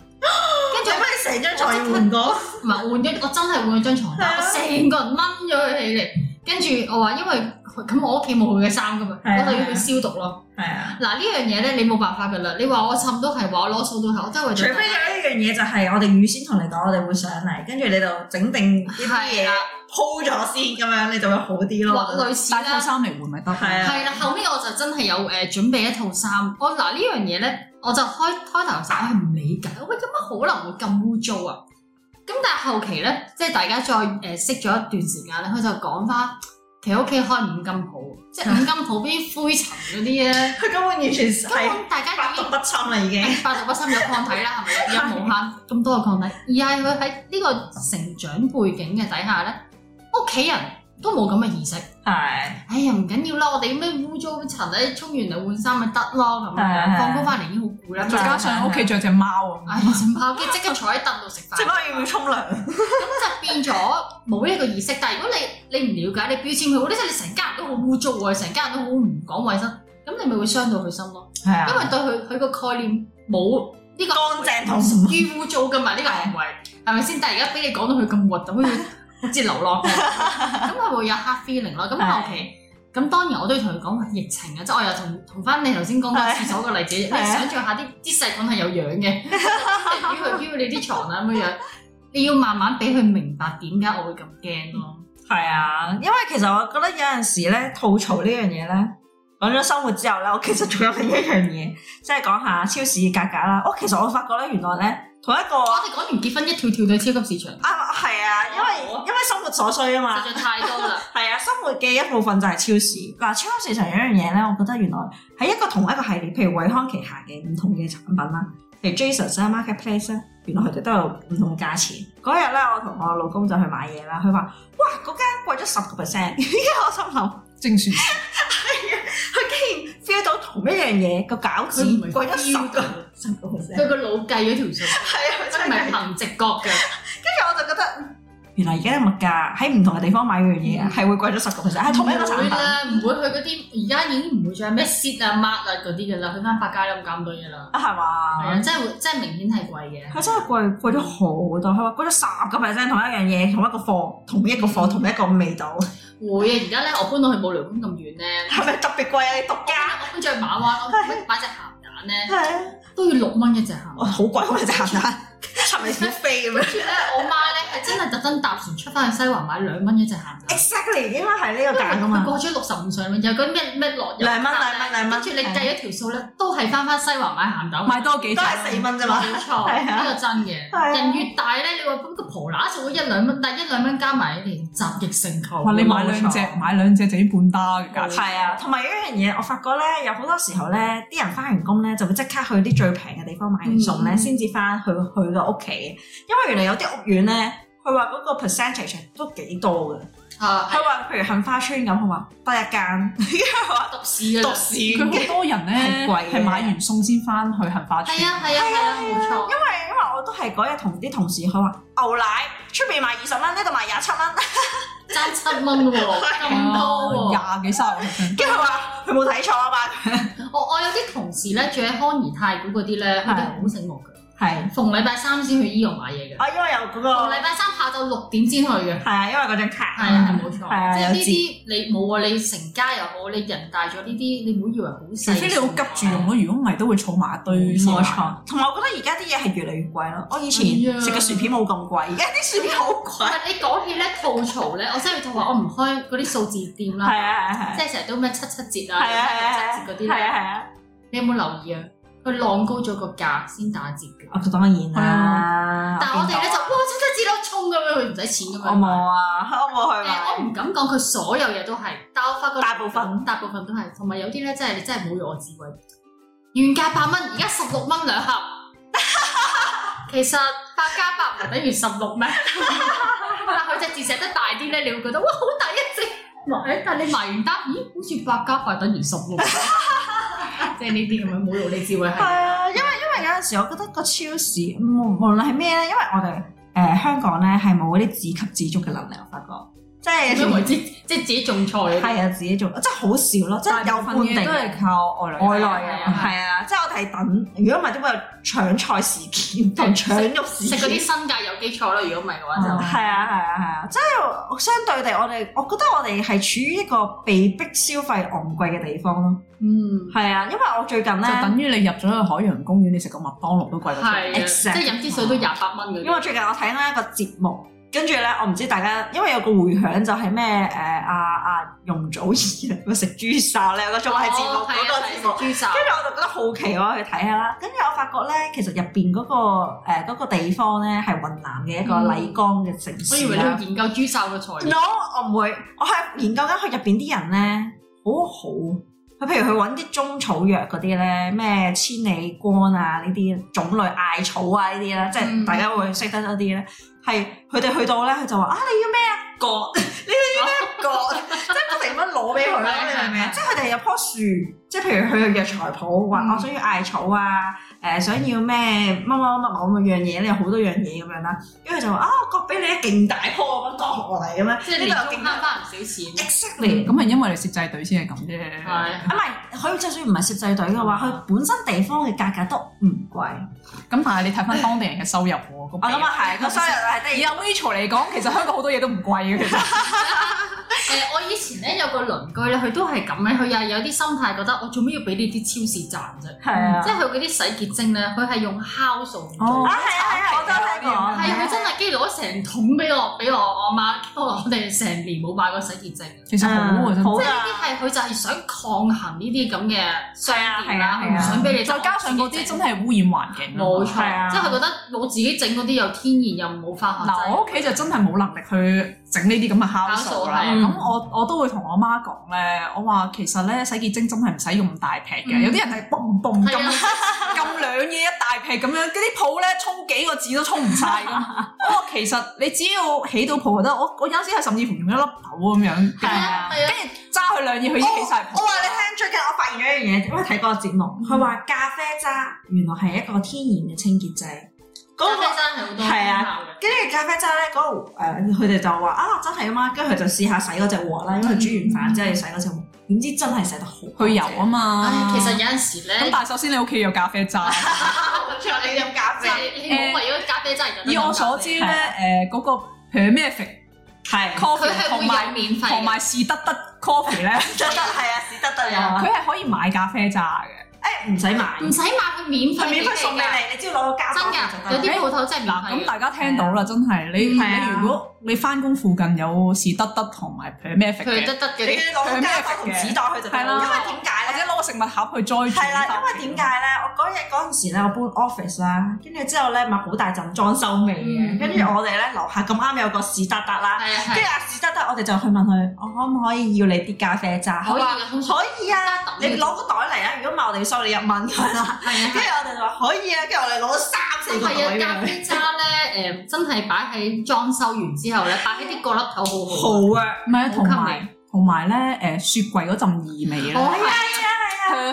[SPEAKER 1] 跟住
[SPEAKER 3] 做咩成張床要換過？
[SPEAKER 1] 唔係換咗，我真係換咗張床
[SPEAKER 3] 啊
[SPEAKER 1] 單，我成個人掹咗佢起嚟。跟住我話，因為佢咁我屋企冇佢嘅衫噶嘛，
[SPEAKER 3] 係啊
[SPEAKER 1] 我就要去消毒咯。
[SPEAKER 3] 係啊。
[SPEAKER 1] 嗱呢樣嘢咧，你冇辦法噶啦。你話我滲都係，話我攞數都係，我真係為
[SPEAKER 3] 除
[SPEAKER 1] 咗
[SPEAKER 3] 非有一樣嘢就係我哋預先同你講，我哋會上嚟，跟住你就整定一啲
[SPEAKER 1] 係
[SPEAKER 3] 嘢
[SPEAKER 1] 啦，
[SPEAKER 3] 鋪咗先，咁樣你就會好啲咯。
[SPEAKER 1] 類似
[SPEAKER 4] 帶套
[SPEAKER 1] 啦。
[SPEAKER 4] 衫嚟換咪得咯。
[SPEAKER 3] 係啊
[SPEAKER 1] 係啦，後尾我就真係有誒、呃、準備一套衫。我嗱呢樣嘢咧，我就開開頭嘅時候我係唔理解，喂有乜可能會咁污糟啊？咁但係後期咧，即係大家再誒、呃、識咗一段時間咧，佢就講翻其實屋企開五金鋪，即係五金鋪邊灰塵嗰啲咧。
[SPEAKER 3] 佢根本完全係
[SPEAKER 1] 啊咁大家
[SPEAKER 3] 百
[SPEAKER 1] 已
[SPEAKER 3] 毒
[SPEAKER 1] 經
[SPEAKER 3] 不侵啦，已經。
[SPEAKER 1] 百毒不侵有抗體啦，係咪？有無限咁多嘅抗體，而係佢喺呢個成長背景嘅底下咧，屋企人都冇咁嘅意識。
[SPEAKER 3] 係
[SPEAKER 1] 哎呀，唔緊要啦，我哋咩污糟塵咧，沖完嚟換衫咪得咯，咁
[SPEAKER 3] 係係
[SPEAKER 1] 樣放工翻嚟已經好攰啦。
[SPEAKER 4] 再加上屋企仲有隻貓啊，
[SPEAKER 1] 唉，成包機即刻坐喺凳度食飯，
[SPEAKER 3] 即係我要唔要沖涼？
[SPEAKER 1] 咁就變咗冇呢個意識。但係如果你你唔了解，你標籤佢，即係你成家人都好污糟啊，成家人都好唔講衞生，咁你咪會傷到佢心咯。
[SPEAKER 3] 係啊
[SPEAKER 1] 因為對佢佢個概念冇呢個
[SPEAKER 3] 乾淨同什麼
[SPEAKER 1] 於污糟噶嘛呢個行為係咪先？但係而家俾你講到佢咁核突，好似
[SPEAKER 3] [LAUGHS]
[SPEAKER 1] 好似流浪咁，咁佢會有 hard feeling 咯。咁
[SPEAKER 3] 係
[SPEAKER 1] 後期咁當然我都要同佢講話疫情啊，即係我又同同翻你頭先講個
[SPEAKER 3] 係
[SPEAKER 1] 廁所個例子，你
[SPEAKER 3] 係啊
[SPEAKER 1] 想象下啲啲細菌係有樣嘅，
[SPEAKER 3] [LAUGHS]
[SPEAKER 1] 於佢於你啲床啊咁樣樣，你要慢慢俾佢明白點解我會咁驚咯。
[SPEAKER 3] 係啊，因為其實我覺得有陣時咧，吐槽呢樣嘢咧，講咗生活之後咧，我其實仲有另一樣嘢，即係講下超市價格啦。我其實我發覺咧，原來咧同一個
[SPEAKER 1] 我哋講完結婚一跳跳到超級市場，
[SPEAKER 3] 啊係啊，因為因為生活所需啊嘛。
[SPEAKER 1] 實在太多
[SPEAKER 3] [LAUGHS]
[SPEAKER 1] 啦。
[SPEAKER 3] 係啊，生活嘅一部分就係超市。嗱，超市就有一樣嘢咧，我覺得原來喺一個同一個系列，譬如惠康旗下嘅唔同嘅產品啦，譬如 Jasons 啊、Marketplace 咧，原來佢哋都有唔同嘅價錢。嗰日咧，我同我老公就去買嘢啦，佢話：哇，嗰間貴咗十個 percent。跟住 [LAUGHS] 我心諗，
[SPEAKER 4] 正算。
[SPEAKER 3] 佢竟然 feel 到同一樣嘢個餃子
[SPEAKER 1] 佢唔係
[SPEAKER 3] 貴咗十
[SPEAKER 1] feel
[SPEAKER 3] 個
[SPEAKER 1] 到
[SPEAKER 3] 十個 percent。
[SPEAKER 1] 佢個腦計咗條數，
[SPEAKER 3] 係啊，佢
[SPEAKER 1] 真
[SPEAKER 3] 真係
[SPEAKER 1] 係。憑直覺嘅。
[SPEAKER 3] 跟住我就覺得，嗯原來而家嘅物價喺唔同嘅地方買嗰樣嘢
[SPEAKER 1] [LAUGHS]
[SPEAKER 3] 啊，係會貴咗十個 percent，係同一個產
[SPEAKER 1] 唔會
[SPEAKER 3] 品。
[SPEAKER 1] 啦，唔會去嗰啲而家已經唔會再咩 sit 啊、mark 啊嗰啲嘅啦，去翻百佳都唔搞咁多嘢啦。
[SPEAKER 3] 啊，係嘛？
[SPEAKER 1] 係啊，真係會真係明顯係貴嘅。
[SPEAKER 3] 佢真係貴貴咗好多，佢話貴咗十個 percent 同一樣嘢，同一個貨，同一個貨，同一個味道，
[SPEAKER 1] 會啊！而家咧，我搬到去冇寮宮咁遠咧，
[SPEAKER 3] 係咪特別貴啊？你獨家
[SPEAKER 1] 我搬咗去馬
[SPEAKER 3] [LAUGHS]
[SPEAKER 1] 灣，我買隻鹹蛋咧
[SPEAKER 3] 係
[SPEAKER 1] 都要六蚊一隻鹹蛋。
[SPEAKER 3] 好貴喎！隻鹹蛋係咪飛咁
[SPEAKER 1] 跟
[SPEAKER 3] 樣？
[SPEAKER 1] 住咧，我媽咧係真係特登搭船出翻去西環買兩蚊一隻鹹
[SPEAKER 3] [LAUGHS]
[SPEAKER 1] 蛋。
[SPEAKER 3] exactly 應該係呢個價噶
[SPEAKER 1] 佢
[SPEAKER 3] 嘛。
[SPEAKER 1] 過咗六十五上面，有嗰啲咩咩落入
[SPEAKER 3] 兩蚊
[SPEAKER 1] 卡
[SPEAKER 3] 兩蚊兩蚊
[SPEAKER 1] 跟住你計咗條數咧，都係翻翻西環買鹹蛋。
[SPEAKER 4] 買多幾
[SPEAKER 3] 都
[SPEAKER 4] 隻。
[SPEAKER 3] 係四蚊啫嘛，
[SPEAKER 1] 冇錯，
[SPEAKER 3] 係啊
[SPEAKER 1] 呢個真
[SPEAKER 3] 係啊
[SPEAKER 1] 嘅。人越大咧，你話咁個婆乸就會一兩蚊，但係一兩蚊加埋你連集腋成裘。
[SPEAKER 4] 哇！你買兩隻，買兩隻就要半打嘅價錢。
[SPEAKER 3] 係啊，同埋一樣嘢，我發覺咧，有好多時候咧，啲人翻完工咧就會即刻去啲最平嘅地方買完餸咧，
[SPEAKER 1] 嗯
[SPEAKER 3] 先至翻去去個屋企。因為原來有啲屋苑咧，佢話嗰個 percentage 都幾多嘅。
[SPEAKER 1] 啊，
[SPEAKER 3] 佢話譬如杏花村咁，佢話得一間，
[SPEAKER 1] 獨市啊，
[SPEAKER 3] 獨市
[SPEAKER 4] 佢好多人
[SPEAKER 3] 係貴
[SPEAKER 4] 咧
[SPEAKER 3] 嘅
[SPEAKER 4] 係買完餸先翻去杏花村
[SPEAKER 1] 係。啊係啊係啊，冇錯。
[SPEAKER 3] 因為因為我都係嗰日同啲同事佢話牛奶出邊賣二十蚊，呢度賣廿 [LAUGHS] 七蚊，
[SPEAKER 1] 爭七蚊喎，咁多喎！
[SPEAKER 4] 廿幾三十蚊。
[SPEAKER 3] 跟住佢話佢冇睇錯啊嘛，
[SPEAKER 1] 我我有啲同事咧住喺康怡太古嗰啲咧，佢哋好醒目嘅，
[SPEAKER 3] 係
[SPEAKER 1] 逢禮拜三先去醫用買嘢嘅，
[SPEAKER 3] 我因為有嗰個
[SPEAKER 1] 逢禮拜三下晝六點先去嘅。
[SPEAKER 3] 係啊，因為嗰張卡
[SPEAKER 1] 係
[SPEAKER 4] 嗯
[SPEAKER 1] 啊，係冇錯，
[SPEAKER 3] 係啊
[SPEAKER 1] 即係
[SPEAKER 3] 有
[SPEAKER 1] 呢啲你冇啊，你成家又好，你人大咗呢啲，你唔好以為好細。
[SPEAKER 4] 除非你好急住用咯，如果唔係都會儲埋一堆先買。
[SPEAKER 3] 冇錯，同埋我覺得而家啲嘢係越嚟越貴咯。我以
[SPEAKER 1] 係
[SPEAKER 3] 前
[SPEAKER 1] 啊
[SPEAKER 3] 食嘅薯片冇咁貴，哎而家啲薯片好
[SPEAKER 1] 唔
[SPEAKER 3] 貴。
[SPEAKER 1] 係你講起咧吐槽咧，我真係吐話我哦唔開嗰啲數字店
[SPEAKER 3] 係
[SPEAKER 1] 啦，
[SPEAKER 3] 啊係啊
[SPEAKER 1] 即係成日都咩七七折
[SPEAKER 3] 係
[SPEAKER 1] 啊、
[SPEAKER 3] 啊
[SPEAKER 1] 六七
[SPEAKER 3] 係
[SPEAKER 1] 折嗰啲
[SPEAKER 3] 啊
[SPEAKER 1] 咧，
[SPEAKER 3] 係啊！
[SPEAKER 1] 你有冇留意啊？佢浪高咗個價先打折嘅。
[SPEAKER 3] 我當然啊啦，
[SPEAKER 1] 但係我啊哋咧就
[SPEAKER 3] 見
[SPEAKER 1] 哇七七折啦，衝咁樣，佢唔使錢咁
[SPEAKER 3] 到
[SPEAKER 1] 樣。
[SPEAKER 3] 我冇啊，我冇去
[SPEAKER 1] 誒，我
[SPEAKER 3] 買。
[SPEAKER 1] 唔敢講佢所有嘢都係，但我發覺
[SPEAKER 3] 大部分
[SPEAKER 1] 大部分都係，同埋有啲咧真係你真係冇用我智 [LAUGHS] 慧。原價八蚊，而家十六蚊兩盒。 [LAUGHS] 其實八加八唔係等於十六咩？但佢隻字寫得大啲咧，你會覺得哇好大一隻。誒，但係你埋完單，咦，好似八加八等於十六， [LAUGHS] 即係呢啲咁樣冇用你智慧
[SPEAKER 3] 係
[SPEAKER 1] [LAUGHS] 係。
[SPEAKER 3] 啊，因為因為有陣時我覺得個超市無無論係咩咧，因為我哋誒香港咧係冇嗰啲自給自足嘅能力，我發覺即
[SPEAKER 1] 點樣為
[SPEAKER 3] 係
[SPEAKER 1] 之？即係自己種菜嗰啲。
[SPEAKER 3] 係啊自己做，即係好少咯，即係有
[SPEAKER 4] 大部
[SPEAKER 3] 半
[SPEAKER 4] 分嘢都
[SPEAKER 3] 定。
[SPEAKER 4] 係靠外來
[SPEAKER 3] 外來
[SPEAKER 1] 係
[SPEAKER 3] 啊，
[SPEAKER 1] 啊
[SPEAKER 3] 係啊，即係我哋係等，如果唔係點會有搶菜事件同搶肉事
[SPEAKER 1] 食
[SPEAKER 3] 件
[SPEAKER 1] 嗰啲新界有機菜咯，如果唔係嘅話就
[SPEAKER 4] 嗯
[SPEAKER 3] 係啊係啊係啊，即係相對地，我哋我覺得我哋係處於一個被逼消費昂貴嘅地方咯。
[SPEAKER 1] 嗯
[SPEAKER 3] 係啊，因為我最近咧，
[SPEAKER 4] 就等於你入咗去海洋公園，你食個麥當勞都貴過出嚟。
[SPEAKER 1] 係啊，即
[SPEAKER 3] Exactly
[SPEAKER 1] 係飲支水都廿八蚊嘅。
[SPEAKER 3] 因為最近我睇緊一個節目，跟住咧我唔知大家，因為有個迴響就係咩誒阿阿容祖兒佢食豬手咧，有個綜藝節目
[SPEAKER 1] 哦係
[SPEAKER 3] 嗰個
[SPEAKER 1] 啊
[SPEAKER 3] 節目。
[SPEAKER 1] 係啊豬手
[SPEAKER 3] 跟住我就覺得好奇我去睇下啦。跟住我發覺咧，其實入邊嗰個誒、呃嗰個地方咧係雲南嘅一個
[SPEAKER 1] 嗯
[SPEAKER 3] 麗江嘅城市
[SPEAKER 1] 我
[SPEAKER 3] 啦。
[SPEAKER 1] 以為你要研究豬手嘅材料。
[SPEAKER 3] no，我唔會，我係研究緊佢入邊啲人咧，好好。佢譬如佢揾啲中草藥嗰啲咧，咩千里光啊呢啲種類艾草啊呢啲咧，即係
[SPEAKER 1] 嗯
[SPEAKER 3] 大家會識得嗰啲咧，係佢哋去到咧，佢就話啊你要咩啊割， [LAUGHS] 你要咩啊割， [LAUGHS] 即係不停咁樣攞俾佢咯，
[SPEAKER 1] 係
[SPEAKER 3] 你明唔明啊
[SPEAKER 1] 係係
[SPEAKER 3] 即係佢哋有棵樹，即係譬如佢去藥材鋪話
[SPEAKER 1] 嗯
[SPEAKER 3] 我想要艾草啊，誒、想要咩乜乜乜乜咁樣嘢咧，有好多樣嘢咁樣啦，跟住就話啊我割俾你勁大棵咁樣割落嚟咁樣，
[SPEAKER 1] 即係
[SPEAKER 3] 呢
[SPEAKER 1] 年
[SPEAKER 3] 度有
[SPEAKER 1] 中慳
[SPEAKER 3] 勁
[SPEAKER 1] 翻
[SPEAKER 3] 大
[SPEAKER 1] 唔少錢，
[SPEAKER 3] exactly
[SPEAKER 4] 咁係因為你攝製隊先係咁啫。
[SPEAKER 1] 係
[SPEAKER 3] 啊，唔係佢就算唔係攝製隊嘅話，佢本身地方嘅價格都唔貴。
[SPEAKER 4] 咁但係你睇翻當地人嘅收入喎，個
[SPEAKER 3] 我諗啊係，個收入係
[SPEAKER 4] 比
[SPEAKER 3] 低
[SPEAKER 4] 以 Rachel 嚟講，其實香港好多嘢都唔貴嘅，其實
[SPEAKER 1] 誒，我以前咧有個鄰居咧，佢都係咁咧，佢又係有啲心態覺得我做咩要俾呢啲超市賺啫？
[SPEAKER 3] 係啊
[SPEAKER 1] 即係佢嗰啲洗潔精咧，佢係用酵素做。
[SPEAKER 4] 哦
[SPEAKER 3] 啊係啊係啊，我都睇過。
[SPEAKER 1] 係啊，佢真係跟住攞成桶俾我，俾我我媽，不過我哋成年冇買過洗潔精。
[SPEAKER 4] 其實好啊，真
[SPEAKER 3] 好
[SPEAKER 1] 即
[SPEAKER 4] 係
[SPEAKER 1] 係呢啲係佢就係想抗衡呢啲咁嘅商店啦，
[SPEAKER 3] 係啊係啊
[SPEAKER 1] 佢唔想俾你
[SPEAKER 4] 再加上嗰啲真係污染環境啊。
[SPEAKER 1] 冇
[SPEAKER 3] 係啊
[SPEAKER 1] 錯，即係佢覺得我自己整嗰啲又天然又冇化學
[SPEAKER 4] 嗱，我
[SPEAKER 1] 劑，
[SPEAKER 4] 屋企就真係冇能力去整呢啲咁嘅酵素
[SPEAKER 3] 素
[SPEAKER 4] 啦。
[SPEAKER 1] 酵
[SPEAKER 3] 係
[SPEAKER 4] 咁我我都會同我媽講咧，我話其實咧洗潔精真係唔使用咁大劈嘅，
[SPEAKER 1] 嗯
[SPEAKER 4] 有啲人係嘣嘣咁
[SPEAKER 1] 係啊
[SPEAKER 4] 咁兩嘢一大劈咁樣，嗰啲泡咧沖幾個字都沖唔晒㗎。
[SPEAKER 1] [LAUGHS]
[SPEAKER 4] 我話其實你只要起到泡就得，我我有陣時係甚至乎用一粒豆咁樣，
[SPEAKER 1] 係啊係啊，
[SPEAKER 4] 揸佢兩嘢，佢已經起晒
[SPEAKER 3] 我
[SPEAKER 4] 泡。
[SPEAKER 3] 話你聽，最近我發現咗一樣嘢，因為睇嗰個節目，佢話咖啡渣原來係一個天然嘅清潔劑。
[SPEAKER 1] [LAUGHS]
[SPEAKER 3] 嗰
[SPEAKER 1] 咖
[SPEAKER 3] 個
[SPEAKER 1] 啡真係好多
[SPEAKER 3] 係啊跟住咖啡渣咧，嗰度誒佢哋就話啊真係啊嘛，跟住佢就試下洗嗰隻鑊啦，因為煮完飯之後要洗嗰隻鑊，點知真係洗得好
[SPEAKER 4] 去油啊嘛。
[SPEAKER 1] 唉，其實有陣時
[SPEAKER 4] 咁，
[SPEAKER 1] 咧，
[SPEAKER 4] 但係首先你屋企有咖啡
[SPEAKER 1] [LAUGHS]
[SPEAKER 4] 渣。
[SPEAKER 3] 你飲咖
[SPEAKER 1] 即係你冇為咗咖啡真係
[SPEAKER 4] 以我所知咧，
[SPEAKER 3] 係
[SPEAKER 4] 誒嗰個 Hermetic
[SPEAKER 3] 係
[SPEAKER 1] 佢
[SPEAKER 4] coffee
[SPEAKER 1] 係
[SPEAKER 4] 同
[SPEAKER 1] 會有
[SPEAKER 4] 埋
[SPEAKER 1] 免費
[SPEAKER 4] 同 [LAUGHS]
[SPEAKER 1] 嘅，
[SPEAKER 4] 埋士得得 coffee 咧，
[SPEAKER 3] 得得係啊，屎得得有啊
[SPEAKER 4] 佢係可以買咖啡渣嘅。
[SPEAKER 3] 誒係唔使買，
[SPEAKER 1] 唔使買，佢免費
[SPEAKER 3] 佢免
[SPEAKER 1] 俾
[SPEAKER 3] 費送
[SPEAKER 1] 你
[SPEAKER 3] 俾
[SPEAKER 1] 㗎，
[SPEAKER 3] 你，你只要攞個膠
[SPEAKER 1] 真
[SPEAKER 3] 袋
[SPEAKER 1] 㗎，
[SPEAKER 3] 就
[SPEAKER 1] 有
[SPEAKER 3] 得啦。
[SPEAKER 1] 啲鋪頭真係免
[SPEAKER 4] 嗱，咁
[SPEAKER 1] 費嘅。
[SPEAKER 4] 大家聽到啦，真係你
[SPEAKER 3] 係
[SPEAKER 1] 嗯
[SPEAKER 4] 你
[SPEAKER 3] 啊
[SPEAKER 4] 如果你翻工附近有士得得同埋 p e r m e f
[SPEAKER 1] 佢
[SPEAKER 4] 嘅，
[SPEAKER 1] 得得
[SPEAKER 3] 你
[SPEAKER 1] 嘅，
[SPEAKER 3] 要攞個膠袋同紙袋去就得
[SPEAKER 4] 係啦
[SPEAKER 3] 啦。因為點解
[SPEAKER 4] 或
[SPEAKER 3] 咧
[SPEAKER 4] 者？攞個食物盒去栽
[SPEAKER 3] 係啦，
[SPEAKER 4] 種
[SPEAKER 3] 因為點解咧？我嗰日嗰陣時咧，我搬 office 啦，跟住之後咧，咪好大陣裝修味
[SPEAKER 1] 嗯
[SPEAKER 3] 嘅。跟住我哋咧樓下咁啱有個史達達啦，
[SPEAKER 1] 係啊
[SPEAKER 3] 跟住
[SPEAKER 1] 係啊，
[SPEAKER 3] 阿史達達，我哋就去問佢，我可唔可以要你啲咖啡渣？
[SPEAKER 1] 可以
[SPEAKER 3] 佢話
[SPEAKER 1] 嘅，通常
[SPEAKER 3] 可以啊，你攞個袋嚟啊！如果唔係，我哋要收你一蚊㗎啦。
[SPEAKER 1] 係啊
[SPEAKER 3] 跟。住我哋就話可以啊，跟住我哋攞咗三四
[SPEAKER 1] 真
[SPEAKER 3] 個
[SPEAKER 1] 係
[SPEAKER 3] 袋
[SPEAKER 1] 啊！咖
[SPEAKER 3] 咁樣
[SPEAKER 1] 啡渣咧，誒、真係擺喺裝修完之後咧，擺喺啲角落頭好好。
[SPEAKER 3] 好啊，
[SPEAKER 4] 唔係啊，同
[SPEAKER 1] 好吸
[SPEAKER 4] 埋同埋咧誒雪櫃嗰陣異味
[SPEAKER 1] 好
[SPEAKER 4] 咧，
[SPEAKER 1] 係啊！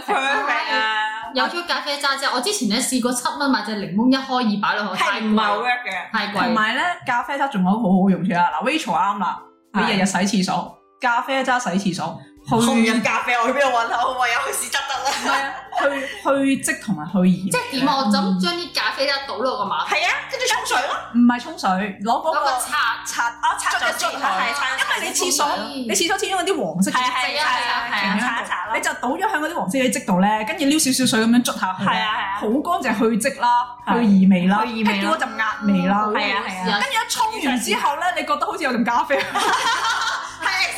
[SPEAKER 3] 係啊係啊，
[SPEAKER 1] 有咗咖啡渣之後，我之前咧試過七蚊買隻檸檬一開二擺落去，太
[SPEAKER 3] 係唔係
[SPEAKER 1] 貴，
[SPEAKER 3] work 嘅？
[SPEAKER 1] 太
[SPEAKER 4] 同
[SPEAKER 1] 貴。
[SPEAKER 4] 埋咧咖啡渣仲有一個好好用處啦。嗱，Rachel 啱啦，你
[SPEAKER 3] 係
[SPEAKER 4] 日日洗廁所，咖啡渣洗廁所，
[SPEAKER 3] 我唔
[SPEAKER 4] 去
[SPEAKER 3] 飲咖啡，我去邊度揾啊？我唯有去史達達啦。
[SPEAKER 4] 唔係啊去去積同埋去鹽，
[SPEAKER 1] 即係點啊？我就咁將啲咖啡渣倒落個馬桶，
[SPEAKER 3] 係啊，跟住沖水咯，
[SPEAKER 4] 唔係沖水，攞嗰
[SPEAKER 1] 攞個
[SPEAKER 4] 個
[SPEAKER 1] 刷，
[SPEAKER 4] 刷，
[SPEAKER 3] 我擦啊咗
[SPEAKER 4] 捽
[SPEAKER 3] 先，
[SPEAKER 4] 一捽佢
[SPEAKER 3] 係擦咗先，
[SPEAKER 4] 因為你廁所你廁所始終有啲黃色嘅
[SPEAKER 3] 係啊係啊係啊係啊，擦一擦咯
[SPEAKER 4] 你，就倒咗喺嗰啲黃色嘅積度咧，跟住撩少少水咁樣捽下佢，
[SPEAKER 3] 係啊
[SPEAKER 4] 好乾淨去積啦，去
[SPEAKER 3] 係啊
[SPEAKER 4] 異味啦，
[SPEAKER 3] 去異味啦
[SPEAKER 4] 嗰陣壓味啦，
[SPEAKER 1] 好
[SPEAKER 3] 係啊係啊
[SPEAKER 4] 跟住一沖完之後咧，你覺得好似有陣咖啡，啊
[SPEAKER 3] 係啊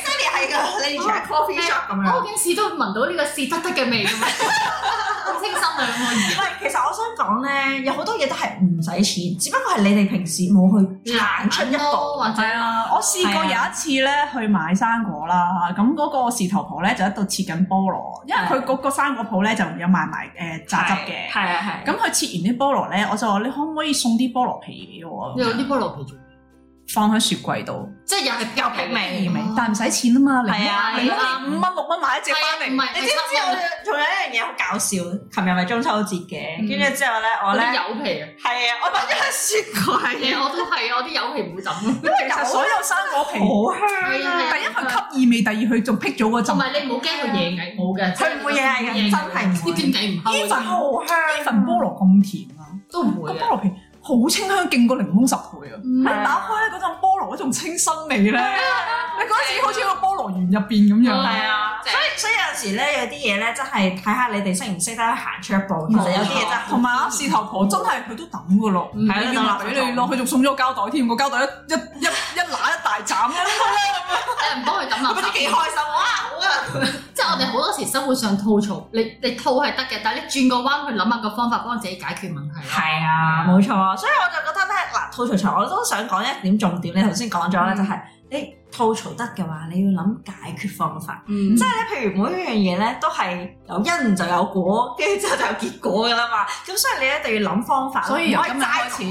[SPEAKER 3] ，Sally 哦係噶，你而家 coffee shop 咁
[SPEAKER 1] 我
[SPEAKER 3] 樣。
[SPEAKER 1] 嗰件事都聞到呢個士得得嘅味咁樣， [LAUGHS] 好清新啊！
[SPEAKER 3] 唔係，其實我想講咧，有好多嘢都係唔使錢，只不過係你哋平時冇去行出一
[SPEAKER 1] 多
[SPEAKER 3] 步。
[SPEAKER 1] 或者
[SPEAKER 4] 係啊！我試過有一次咧去買生果啦，咁嗰個士頭婆咧就喺度切緊菠蘿，因為佢嗰個生果鋪咧就有賣埋誒榨汁嘅。
[SPEAKER 3] 啊係啊係。
[SPEAKER 4] 咁佢切完啲菠蘿咧，我就話你可唔可以送啲菠蘿皮俾我
[SPEAKER 1] 你？
[SPEAKER 3] 嗯
[SPEAKER 1] 有啲菠蘿皮做，
[SPEAKER 4] 放喺雪櫃度，
[SPEAKER 1] 即係又係有
[SPEAKER 3] 有劈味
[SPEAKER 4] 意
[SPEAKER 1] 嗯
[SPEAKER 4] 味，但唔使錢啊嘛，
[SPEAKER 3] 哦係啊
[SPEAKER 4] 你
[SPEAKER 1] 係啊
[SPEAKER 4] 五蚊六蚊買一隻翻
[SPEAKER 1] 係唔
[SPEAKER 4] 嚟，
[SPEAKER 1] 係
[SPEAKER 3] 你知唔知我哋仲有一樣嘢好搞笑？琴日咪中秋節嘅，
[SPEAKER 1] 嗯
[SPEAKER 3] 跟住之後咧，我
[SPEAKER 1] 我
[SPEAKER 3] 咧
[SPEAKER 1] 啲柚皮啊？
[SPEAKER 3] 係啊，我擺咗喺雪
[SPEAKER 1] 誒
[SPEAKER 3] 櫃，
[SPEAKER 1] 我都係啊，我啲柚皮 [LAUGHS] 唔會抌啊。
[SPEAKER 3] [LAUGHS]
[SPEAKER 4] 因為其實所有生果皮，
[SPEAKER 3] 好香
[SPEAKER 1] 係
[SPEAKER 3] 啊！
[SPEAKER 1] 啊
[SPEAKER 4] 第一佢吸異味，第二佢仲辟咗嗰
[SPEAKER 1] 同
[SPEAKER 4] 陣。
[SPEAKER 1] 埋你唔好驚佢夜藝冇嘅，
[SPEAKER 3] 佢唔會夜藝嘅
[SPEAKER 1] 真
[SPEAKER 3] 真係唔會
[SPEAKER 1] [LAUGHS] 啲經紀唔
[SPEAKER 4] 呢份
[SPEAKER 1] 溝，
[SPEAKER 3] 好香啊
[SPEAKER 4] 呢份菠蘿咁甜啊，
[SPEAKER 1] 都唔
[SPEAKER 4] 個
[SPEAKER 1] 會
[SPEAKER 4] 菠蘿
[SPEAKER 1] 嘅。
[SPEAKER 4] 皮好清香，勁過檸檬十倍啊！
[SPEAKER 1] 嗯
[SPEAKER 4] 一打開咧嗰陣菠蘿嗰種清新味咧，
[SPEAKER 3] 啊
[SPEAKER 4] 你覺得自己好似喺個菠蘿園入邊咁樣。
[SPEAKER 1] 係啊
[SPEAKER 3] 所以所以有時咧，有啲嘢咧，真係睇下你哋識唔識得行出一步。其實有啲嘢真係
[SPEAKER 4] 同埋啊，士頭婆真係佢都抌噶咯，
[SPEAKER 1] 嗯
[SPEAKER 4] 係啊，俾你咯，佢仲送咗個膠袋添，個膠袋一一一一揦一大斬咧，
[SPEAKER 1] 你唔幫佢抌
[SPEAKER 3] 我
[SPEAKER 1] 垃
[SPEAKER 3] 覺得幾
[SPEAKER 1] 圾，
[SPEAKER 3] 開心，哇！好啊！
[SPEAKER 1] 即係我哋好多時生活上吐槽，你你吐係得嘅，但係你轉個彎去諗下個方法幫自己解決問題咯。
[SPEAKER 3] 係啊，冇錯啊，所以我就覺得咧，嗱，吐槽場我都想講一點重點，你頭先講咗咧，就係你吐槽得嘅話，你要諗解決方法。
[SPEAKER 1] 嗯
[SPEAKER 3] 即係咧，譬如每一樣嘢咧，都係有因就有果，跟住之後就有結果噶啦嘛。咁所以你一定要諗方法。
[SPEAKER 4] 所以由
[SPEAKER 3] 唔可
[SPEAKER 4] 今日
[SPEAKER 3] 齋
[SPEAKER 4] 開始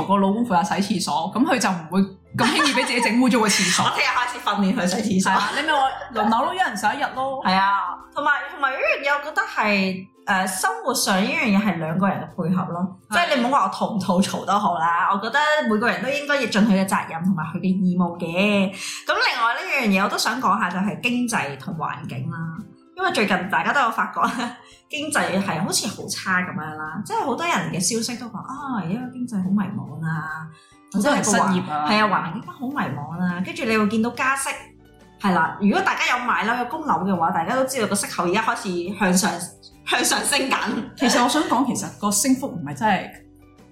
[SPEAKER 3] 講
[SPEAKER 4] ，Rachel 個老公負責洗廁所，咁佢就唔會咁輕易俾自己整污糟個廁所
[SPEAKER 3] 我。聽日開始訓練去洗廁所
[SPEAKER 4] 係。啊，你咪 [LAUGHS] 話輪流咯，一人洗一日咯。
[SPEAKER 3] 係啊，同埋同埋呢樣嘢，我覺得係誒、呃生活上呢樣嘢係兩個人嘅配合咯，即係你唔好話我吐唔吐槽都好啦，我覺得每個人都應該要盡佢嘅責任同埋佢嘅義務嘅。咁另外呢樣嘢我都想講下就係經濟同環境啦，因為最近大家都有發覺咧，經濟係好似好差咁樣啦，即係好多人嘅消息都講啊，而家個經濟好迷茫啊，
[SPEAKER 4] 好多人失
[SPEAKER 3] 個環
[SPEAKER 4] 業啊，
[SPEAKER 3] 係啊，環境而家好迷茫啦，跟住你會見到加息，係啦。如果大家有買樓有供樓嘅話，大家都知道個息口而家開始向上 [LAUGHS] 向上升緊。
[SPEAKER 4] 其實我想講，其實個升幅唔係真係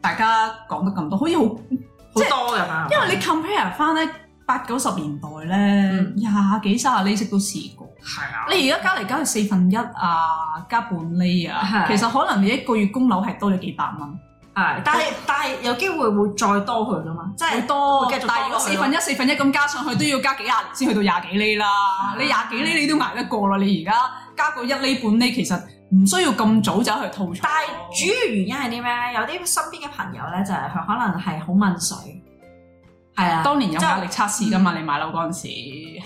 [SPEAKER 4] 大家講得咁多，好似好，
[SPEAKER 3] 好多㗎嘛，
[SPEAKER 4] 因為你 compare 翻咧八九十年代咧，廿幾卅厘息都試過。
[SPEAKER 3] 係啊，
[SPEAKER 4] 嗯你而家加嚟加去四分一啊，加半厘啊，
[SPEAKER 3] 係
[SPEAKER 4] 其實可能你一個月供樓係多咗幾百蚊，
[SPEAKER 3] 係，但係但係有機會會再多佢㗎嘛，即
[SPEAKER 4] 好
[SPEAKER 3] 係
[SPEAKER 4] 多
[SPEAKER 3] 會繼續。
[SPEAKER 4] 但係如
[SPEAKER 3] 多
[SPEAKER 4] 果
[SPEAKER 3] 佢
[SPEAKER 4] 四
[SPEAKER 3] 咯
[SPEAKER 4] 分一四分一咁加上去，都要加幾廿年先去到廿幾厘啦。
[SPEAKER 3] 嗯
[SPEAKER 4] 你廿幾厘你都捱得過啦，你而家加個一厘半厘，其實唔需要咁早走去吐槽。
[SPEAKER 3] 但係主要原因係啲咩咧？有啲身邊嘅朋友咧，就係佢可能係好問水，係啊。
[SPEAKER 4] 當年有壓力測試噶嘛？你買樓嗰陣時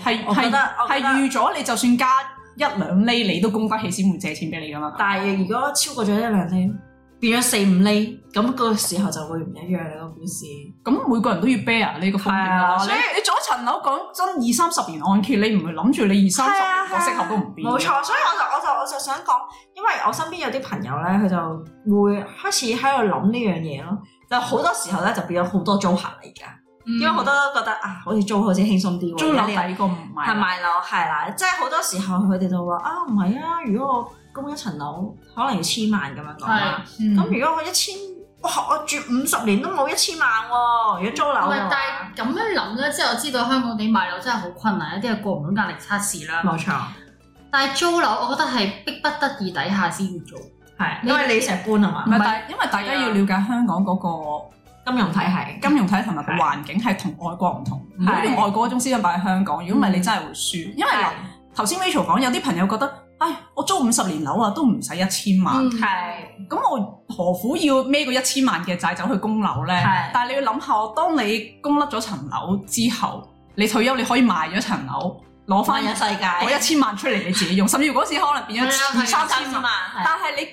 [SPEAKER 4] 係
[SPEAKER 3] 嗯我覺得
[SPEAKER 4] 係
[SPEAKER 3] 我覺
[SPEAKER 4] 係
[SPEAKER 3] 得
[SPEAKER 4] 預咗你就算加一兩厘，你都供得起先會借錢俾你噶嘛？
[SPEAKER 3] 但係如果超過咗一兩厘，變咗四五厘，咁嗰個時候就會唔一樣啦個故事。
[SPEAKER 4] 咁每個人都要 bear 呢個風險
[SPEAKER 3] 係啊
[SPEAKER 4] 啊！
[SPEAKER 3] 所以
[SPEAKER 4] 你你做一層樓講真二三十年按揭，你唔會諗住你二三十年個息口都唔變。
[SPEAKER 3] 冇，錯，所以我就我就我就想講，因為我身邊有啲朋友咧，佢就會開始喺度諗呢樣嘢咯。就好多時候咧，就變咗好多租客嚟㗎，因為好多都覺得啊，好似租好似輕鬆啲喎，
[SPEAKER 4] 嗯租樓
[SPEAKER 3] 而家呢
[SPEAKER 4] 抵過唔
[SPEAKER 3] 個係
[SPEAKER 4] 買。
[SPEAKER 3] 買樓係啦，即係好多時候佢哋就話啊，唔係啊，如果我供一層樓，可能要千萬咁樣講
[SPEAKER 1] 係
[SPEAKER 3] 啦。
[SPEAKER 4] 嗯
[SPEAKER 3] 咁如果我一千，哇！我住五十年都冇一千萬喎，如果租樓
[SPEAKER 1] 唔
[SPEAKER 3] 嘅話，
[SPEAKER 1] 係，但係咁樣諗咧，即係我知道香港地買樓真係好困難，一啲係過唔到壓力測試啦。
[SPEAKER 3] 冇錯，
[SPEAKER 1] 但係租樓，我覺得係逼不得已底下先要做。
[SPEAKER 3] 係因為你成日搬啊
[SPEAKER 4] 唔
[SPEAKER 3] 嘛，
[SPEAKER 4] 係，但係因為大家要了解香港嗰個
[SPEAKER 3] 金融體系。
[SPEAKER 4] 金融體同埋個環境係同外國唔同，唔好
[SPEAKER 3] 係
[SPEAKER 4] 用外國嗰種思想擺喺香港。如果唔係，你真係會輸。因為嗱
[SPEAKER 3] 係
[SPEAKER 4] 頭先 Rachel 講，有啲朋友覺得，唉，我租五十年樓啊，都唔使一千
[SPEAKER 1] 嗯
[SPEAKER 4] 萬。
[SPEAKER 3] 啊係
[SPEAKER 4] 咁我何苦要孭個一千萬嘅債走去供樓咧
[SPEAKER 3] 係？
[SPEAKER 4] 但係你要諗下，當你供甩咗層樓之後，你退休你可以賣咗層樓，攞
[SPEAKER 3] 翻
[SPEAKER 4] 翻
[SPEAKER 3] 入世界，
[SPEAKER 4] 嗰一千萬出嚟你自己用，甚至乎嗰時可能變
[SPEAKER 1] 係啊
[SPEAKER 4] 咗
[SPEAKER 1] 係
[SPEAKER 4] 二
[SPEAKER 1] 啊
[SPEAKER 4] 三千
[SPEAKER 3] 千
[SPEAKER 4] 萬。
[SPEAKER 3] 萬，
[SPEAKER 4] 但係你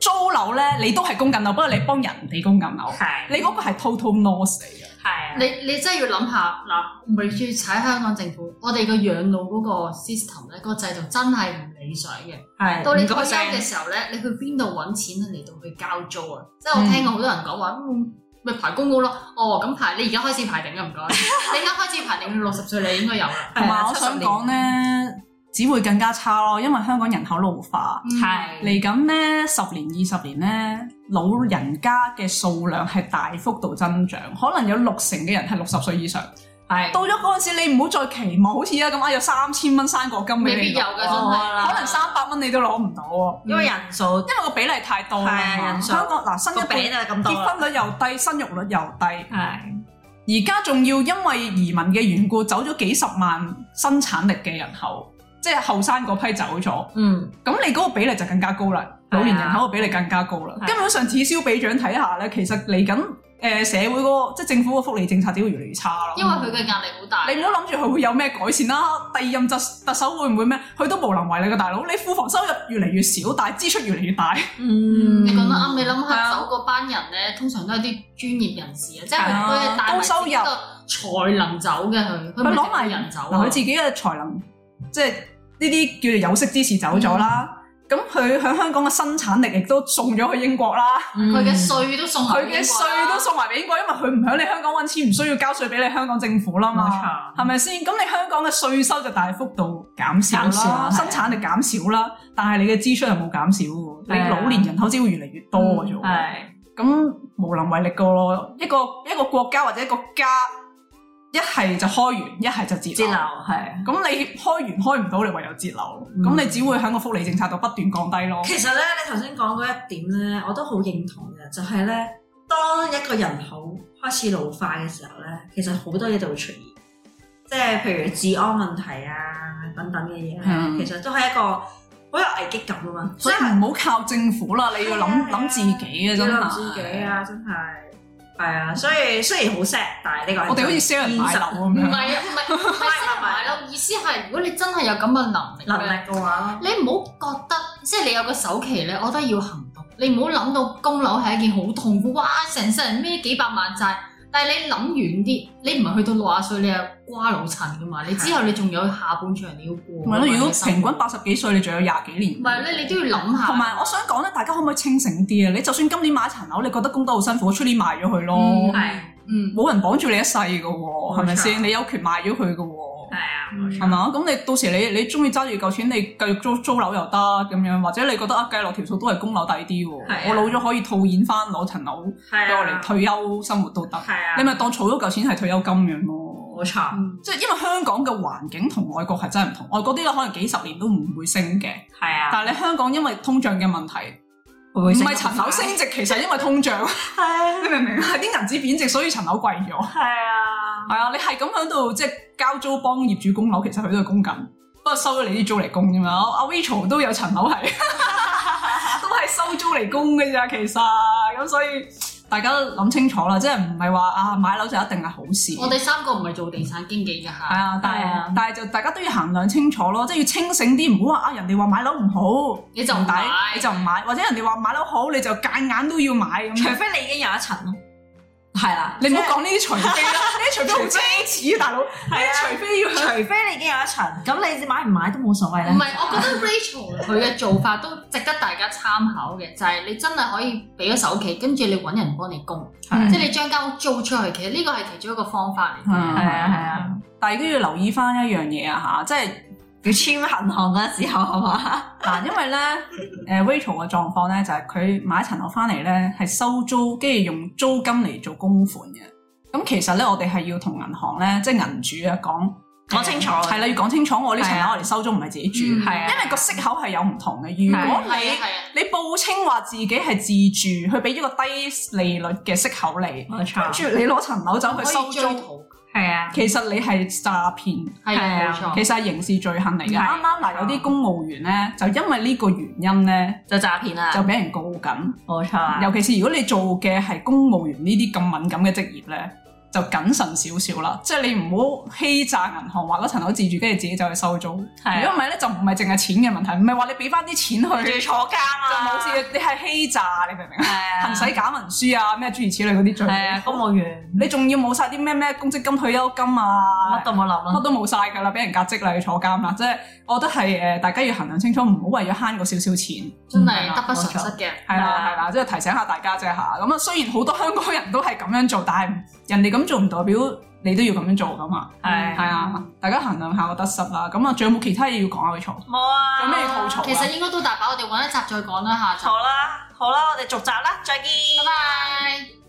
[SPEAKER 4] 租樓咧，你都係供緊樓，不過你幫人哋供緊樓，
[SPEAKER 3] 係
[SPEAKER 4] 你嗰個係 total loss 嚟嘅。
[SPEAKER 3] 係啊
[SPEAKER 1] 你你真係要諗下嗱，咪住踩香港政府，我哋個養老嗰個 system 咧，個制度真係唔理想嘅。
[SPEAKER 3] 係啊
[SPEAKER 1] 到你
[SPEAKER 3] 唔
[SPEAKER 1] 退
[SPEAKER 3] 該
[SPEAKER 1] 休
[SPEAKER 3] 晒
[SPEAKER 1] 嘅時候咧，你去邊度揾錢嚟到去交租啊？即係我聽過好多人講話，嗯咪、排公屋咯。哦，咁排你而家開始排定啊，唔該。你而家開始排定，六十歲你應該有啦。
[SPEAKER 4] 同埋
[SPEAKER 3] 係啊
[SPEAKER 4] 我想
[SPEAKER 3] 70
[SPEAKER 4] 講咧，只會更加差咯，因為香港人口老化，
[SPEAKER 3] 嗯係
[SPEAKER 4] 嚟緊咧十年二十年咧，老人家嘅數量係大幅度增長，可能有六成嘅人係六十歲以上。
[SPEAKER 3] 係
[SPEAKER 4] 到咗嗰陣時，你唔好再期望好似而家咁啊，有三千蚊生果金俾
[SPEAKER 1] 未
[SPEAKER 4] 你
[SPEAKER 1] 必有嘅，真
[SPEAKER 4] 攞
[SPEAKER 1] 係
[SPEAKER 4] 可能三百蚊你都攞唔到喎，
[SPEAKER 3] 因為人數
[SPEAKER 4] 因為嗯個比例太多啦
[SPEAKER 3] 係啊
[SPEAKER 4] 嘛。
[SPEAKER 3] 人數
[SPEAKER 4] 香港嗱新一
[SPEAKER 3] 個比
[SPEAKER 4] 輩
[SPEAKER 3] 就係咁多
[SPEAKER 4] 結
[SPEAKER 3] 啦，
[SPEAKER 4] 婚率又低，生育率又低。
[SPEAKER 3] 係
[SPEAKER 4] 而家仲要因為移民嘅緣故，走咗幾十萬生產力嘅人口，即係後生嗰批走咗，
[SPEAKER 3] 嗯
[SPEAKER 4] 咁你嗰個比例就更加高啦，
[SPEAKER 3] 係啊
[SPEAKER 4] 老年人口嘅比例更加高啦
[SPEAKER 3] 係。啊
[SPEAKER 4] 根本上此消彼長睇下咧，其實嚟緊誒社會嗰、個即係政府嘅福利政策只會越嚟越差咯。嗯
[SPEAKER 1] 因為佢嘅壓力好大。
[SPEAKER 4] 你唔好諗住佢會有咩改善啦，第二任特特首會唔會咩？佢都無能為力嘅大佬，你庫房收入越嚟越少，但係支出越嚟越大。
[SPEAKER 3] 嗯，
[SPEAKER 1] 你講得啱，你諗
[SPEAKER 4] 係
[SPEAKER 1] 下
[SPEAKER 4] 啊
[SPEAKER 1] 走嗰班人咧，通常都係啲專業人士啊，即係
[SPEAKER 4] 係
[SPEAKER 1] 佢
[SPEAKER 4] 啊
[SPEAKER 1] 佢係帶埋自己個才能走嘅佢，佢唔係
[SPEAKER 4] 佢攞埋
[SPEAKER 1] 淨係人走
[SPEAKER 4] 嗱，佢
[SPEAKER 3] 哦
[SPEAKER 1] 啊
[SPEAKER 4] 自。己嘅才能，即係呢啲叫做有識之士走咗啦。
[SPEAKER 3] 嗯
[SPEAKER 4] 咁佢喺香港嘅生產力亦都送咗去英國啦，
[SPEAKER 3] 嗯
[SPEAKER 1] 佢嘅税都
[SPEAKER 3] 哦
[SPEAKER 1] 送埋
[SPEAKER 4] 佢
[SPEAKER 1] 英國
[SPEAKER 4] 嘅
[SPEAKER 1] 啦
[SPEAKER 4] 税都送埋俾英國，因為佢唔喺你香港揾錢，唔需要交税俾你香港政府啦嘛，
[SPEAKER 3] 啊嘛，
[SPEAKER 4] 係咪先？咁你香港嘅税收就大幅度減少
[SPEAKER 3] 減少
[SPEAKER 4] 啦，
[SPEAKER 3] 啊
[SPEAKER 4] 生產力減少啦，但係你嘅支出係冇減少嘅喎，
[SPEAKER 3] 係啊嗯
[SPEAKER 4] 你老年人口只會越嚟越多嘅啫喎。
[SPEAKER 3] 係
[SPEAKER 4] 咁無能為力個咯，一個一個國家或者一個家，一係就開源，一係就節
[SPEAKER 3] 節流
[SPEAKER 4] 流。
[SPEAKER 3] 係。
[SPEAKER 4] 咁你開源開唔到，你唯有節流。
[SPEAKER 3] 嗯
[SPEAKER 4] 咁、你只會喺個福利政策度不斷降低咯。
[SPEAKER 3] 其實咧，你頭先講嗰一點咧，我都好認同嘅，就係咧，當一個人口開始老化嘅時候咧，其實好多嘢就會出現，即係譬如治安問題啊等等嘅嘢
[SPEAKER 4] 嗯
[SPEAKER 3] 咧，其實都係一個好有危機感噶嘛，
[SPEAKER 4] 所以唔好靠政府啦，你要諗諗自己啊，真
[SPEAKER 3] 要
[SPEAKER 4] 係。
[SPEAKER 3] 諗自己！啊，真係係啊，所以雖然好 sad，但係呢個係
[SPEAKER 4] 我哋好似 sell 人買樓咁
[SPEAKER 1] 唔
[SPEAKER 3] 嗯
[SPEAKER 4] 樣。
[SPEAKER 1] 係啊，唔係唔係即係買樓，意思係如果你真係有咁嘅能力，
[SPEAKER 3] 能力嘅話咯，
[SPEAKER 1] 你唔好覺得，即係你有個首期咧，我覺得要行動。你唔好諗到供樓係一件好痛苦，哇！成世人孭幾百萬債。但係你諗遠啲，你唔係去到六十歲，你係瓜老襯噶嘛？你之後你仲有下半場你要過
[SPEAKER 4] 咪
[SPEAKER 1] 㗎嘛。
[SPEAKER 4] 咯，如果
[SPEAKER 1] 你嘅生
[SPEAKER 4] 平
[SPEAKER 1] 活
[SPEAKER 4] 均八十幾歲，你仲有廿幾年。
[SPEAKER 1] 唔係咧，你都要
[SPEAKER 3] 啊
[SPEAKER 1] 諗下。
[SPEAKER 4] 同埋我想講咧，大家可唔可以清醒啲啊？你就算今年買層樓，你覺得供得好辛苦，出年賣咗佢咯，
[SPEAKER 1] 嗯
[SPEAKER 3] 係
[SPEAKER 1] 嗯，
[SPEAKER 4] 冇、人綁住你一世嘅喎，係咪
[SPEAKER 3] 冇錯
[SPEAKER 4] 先？你有權賣咗佢嘅喎。
[SPEAKER 3] 係啊，冇
[SPEAKER 4] 係
[SPEAKER 3] 錯，
[SPEAKER 4] 嘛？咁你到時你你中意揸住嚿錢，你繼續租租樓又得咁樣，或者你覺得啊計落條數都係供樓抵啲
[SPEAKER 3] 係啊
[SPEAKER 4] 喎，我老咗可以套現翻攞層樓俾
[SPEAKER 3] 係
[SPEAKER 4] 我
[SPEAKER 3] 啊，
[SPEAKER 4] 嚟退休生活都得，
[SPEAKER 3] 係啊，
[SPEAKER 4] 你咪當儲咗嚿錢係退休金咁樣咯。
[SPEAKER 3] 冇錯，
[SPEAKER 1] 嗯
[SPEAKER 4] 即係因為香港嘅環境同外國係真係唔同，外國啲樓可能幾十年都唔會升嘅，
[SPEAKER 3] 係啊，
[SPEAKER 4] 但係你香港因為通脹嘅問題，
[SPEAKER 3] 會唔
[SPEAKER 4] 唔
[SPEAKER 3] 會
[SPEAKER 4] 係層樓升值，其實因為通脹， [LAUGHS]
[SPEAKER 3] 係啊
[SPEAKER 4] 你明唔明啊？啲銀紙貶值，所以層樓貴咗。
[SPEAKER 3] 係啊，
[SPEAKER 4] 係啊，你係咁喺度即係交租幫業主供樓，其實佢都係供緊，不過收咗你啲租嚟供啫嘛。阿 Rachel 都有層樓
[SPEAKER 1] [LAUGHS]
[SPEAKER 4] 係，都係收租嚟供嘅咋，其實咁所以大家都諗清楚啦，即係唔係話啊買樓就一定係好事。
[SPEAKER 1] 我哋三個唔係做地產經紀㗎
[SPEAKER 4] 係
[SPEAKER 1] 嚇，
[SPEAKER 4] 啊，但
[SPEAKER 3] 係啊
[SPEAKER 4] 係但係就大家都要衡量清楚咯，即係要清醒啲，唔好話啊人哋話買樓唔好，
[SPEAKER 1] 你就唔
[SPEAKER 4] 唔抵
[SPEAKER 1] 買，
[SPEAKER 4] 你就唔買，或者人哋話買樓好你就夾硬都要買咁
[SPEAKER 3] 除
[SPEAKER 1] [LAUGHS]
[SPEAKER 4] 樣。
[SPEAKER 3] 非你已經有一層咯，係啦，
[SPEAKER 4] 你唔好講呢啲隨機啦，呢啲
[SPEAKER 3] [LAUGHS]
[SPEAKER 4] 隨機好奢侈啊，大佬，呢啲隨機要
[SPEAKER 3] 除非你已經有一層，咁你買唔買都冇所謂
[SPEAKER 1] 唔
[SPEAKER 3] 啦。
[SPEAKER 1] 係，我覺得 Rachel 佢嘅做法都值得大家參考嘅，就係、你真係可以俾咗首期，跟住你揾人幫你供，
[SPEAKER 4] 係
[SPEAKER 1] 即係你將間屋租出去。其實呢個係其中一個方法嚟嘅。
[SPEAKER 4] 嗯嗯
[SPEAKER 3] 係啊係啊，
[SPEAKER 4] 但係都要留意翻一樣嘢啊嚇，即係
[SPEAKER 3] 要簽銀行嗰陣時候係嘛？
[SPEAKER 4] 嗱，啊因為咧，誒 Rachel 嘅狀況咧就係佢買層樓翻嚟咧係收租，跟住用租金嚟做供款嘅。咁其實咧，我哋係要同銀行咧，即係銀主啊講
[SPEAKER 3] 講清楚
[SPEAKER 4] 係啦，要講清楚我呢層
[SPEAKER 3] 係啊
[SPEAKER 4] 樓我嚟收租唔係自己住，
[SPEAKER 1] 嗯
[SPEAKER 3] 係啊
[SPEAKER 4] 因為個息口係有唔同嘅。如
[SPEAKER 3] 係
[SPEAKER 4] 果
[SPEAKER 3] 啊
[SPEAKER 1] 係啊
[SPEAKER 4] 你
[SPEAKER 1] 係啊，
[SPEAKER 4] 你報稱話自己係自住，佢俾咗個低利率嘅息口你，
[SPEAKER 3] 冇
[SPEAKER 4] 跟
[SPEAKER 3] 錯，
[SPEAKER 4] 住你攞層樓走
[SPEAKER 1] 可
[SPEAKER 4] 去
[SPEAKER 1] 以
[SPEAKER 4] 收
[SPEAKER 1] 追
[SPEAKER 4] 租，
[SPEAKER 1] 討，
[SPEAKER 3] 係啊，
[SPEAKER 4] 其實你係詐騙。
[SPEAKER 1] 係
[SPEAKER 3] 係
[SPEAKER 1] 啊
[SPEAKER 3] 啊
[SPEAKER 1] 冇錯。
[SPEAKER 4] 其實係刑事罪行嚟嘅。
[SPEAKER 3] 係
[SPEAKER 4] 哦啱啱嗱，有啲公務員咧，就因為呢個原因咧，
[SPEAKER 3] 就詐騙啦，
[SPEAKER 4] 就俾人告緊。
[SPEAKER 3] 冇錯啊，
[SPEAKER 4] 尤其是如果你做嘅係公務員呢啲咁敏感嘅職業咧，就謹慎少少啦。即係你唔好欺詐銀行，話嗰層樓自住，跟住自己走去收租。如果
[SPEAKER 3] 係啊
[SPEAKER 4] 唔係咧，就唔係淨係錢嘅問題，唔係話你俾翻啲錢
[SPEAKER 3] 仲要
[SPEAKER 4] 去
[SPEAKER 3] 坐監
[SPEAKER 4] 就
[SPEAKER 3] 啊，
[SPEAKER 4] 冇事。你係欺詐，你明唔明啊？
[SPEAKER 3] 係啊，
[SPEAKER 4] 行使假文書啊，咩諸如此類嗰啲罪。
[SPEAKER 3] 係啊，公務員
[SPEAKER 4] 你仲要冇晒啲咩咩公積金、退休金啊，
[SPEAKER 3] 乜都冇諗
[SPEAKER 4] 乜
[SPEAKER 3] 啦，
[SPEAKER 4] 都冇晒㗎啦，俾人革職啦，要坐監啦，即係我覺得係誒、呃大家要衡量清楚，唔好為咗慳嗰少少錢，
[SPEAKER 1] 真
[SPEAKER 3] 嗯係
[SPEAKER 1] 係
[SPEAKER 3] 啦
[SPEAKER 1] 得不償
[SPEAKER 3] 冇錯
[SPEAKER 1] 失啊嘅。
[SPEAKER 4] 係啦係啦，即係提醒下大家啫嚇。咁啊，雖然好多香港人都係咁樣做，但係人哋咁做唔代表你都要咁樣做㗎嘛。
[SPEAKER 1] 嗯
[SPEAKER 3] 係
[SPEAKER 4] 係啊，大家衡量下個得失啦。咁啊，仲有冇其他嘢要講啊？嘈
[SPEAKER 3] 冇啊，
[SPEAKER 4] 有咩吐槽啊
[SPEAKER 1] 其實應該都大把，我哋揾一集再講啦，下集。
[SPEAKER 3] 好啦，好啦，我哋續集啦，再見，
[SPEAKER 1] 拜拜。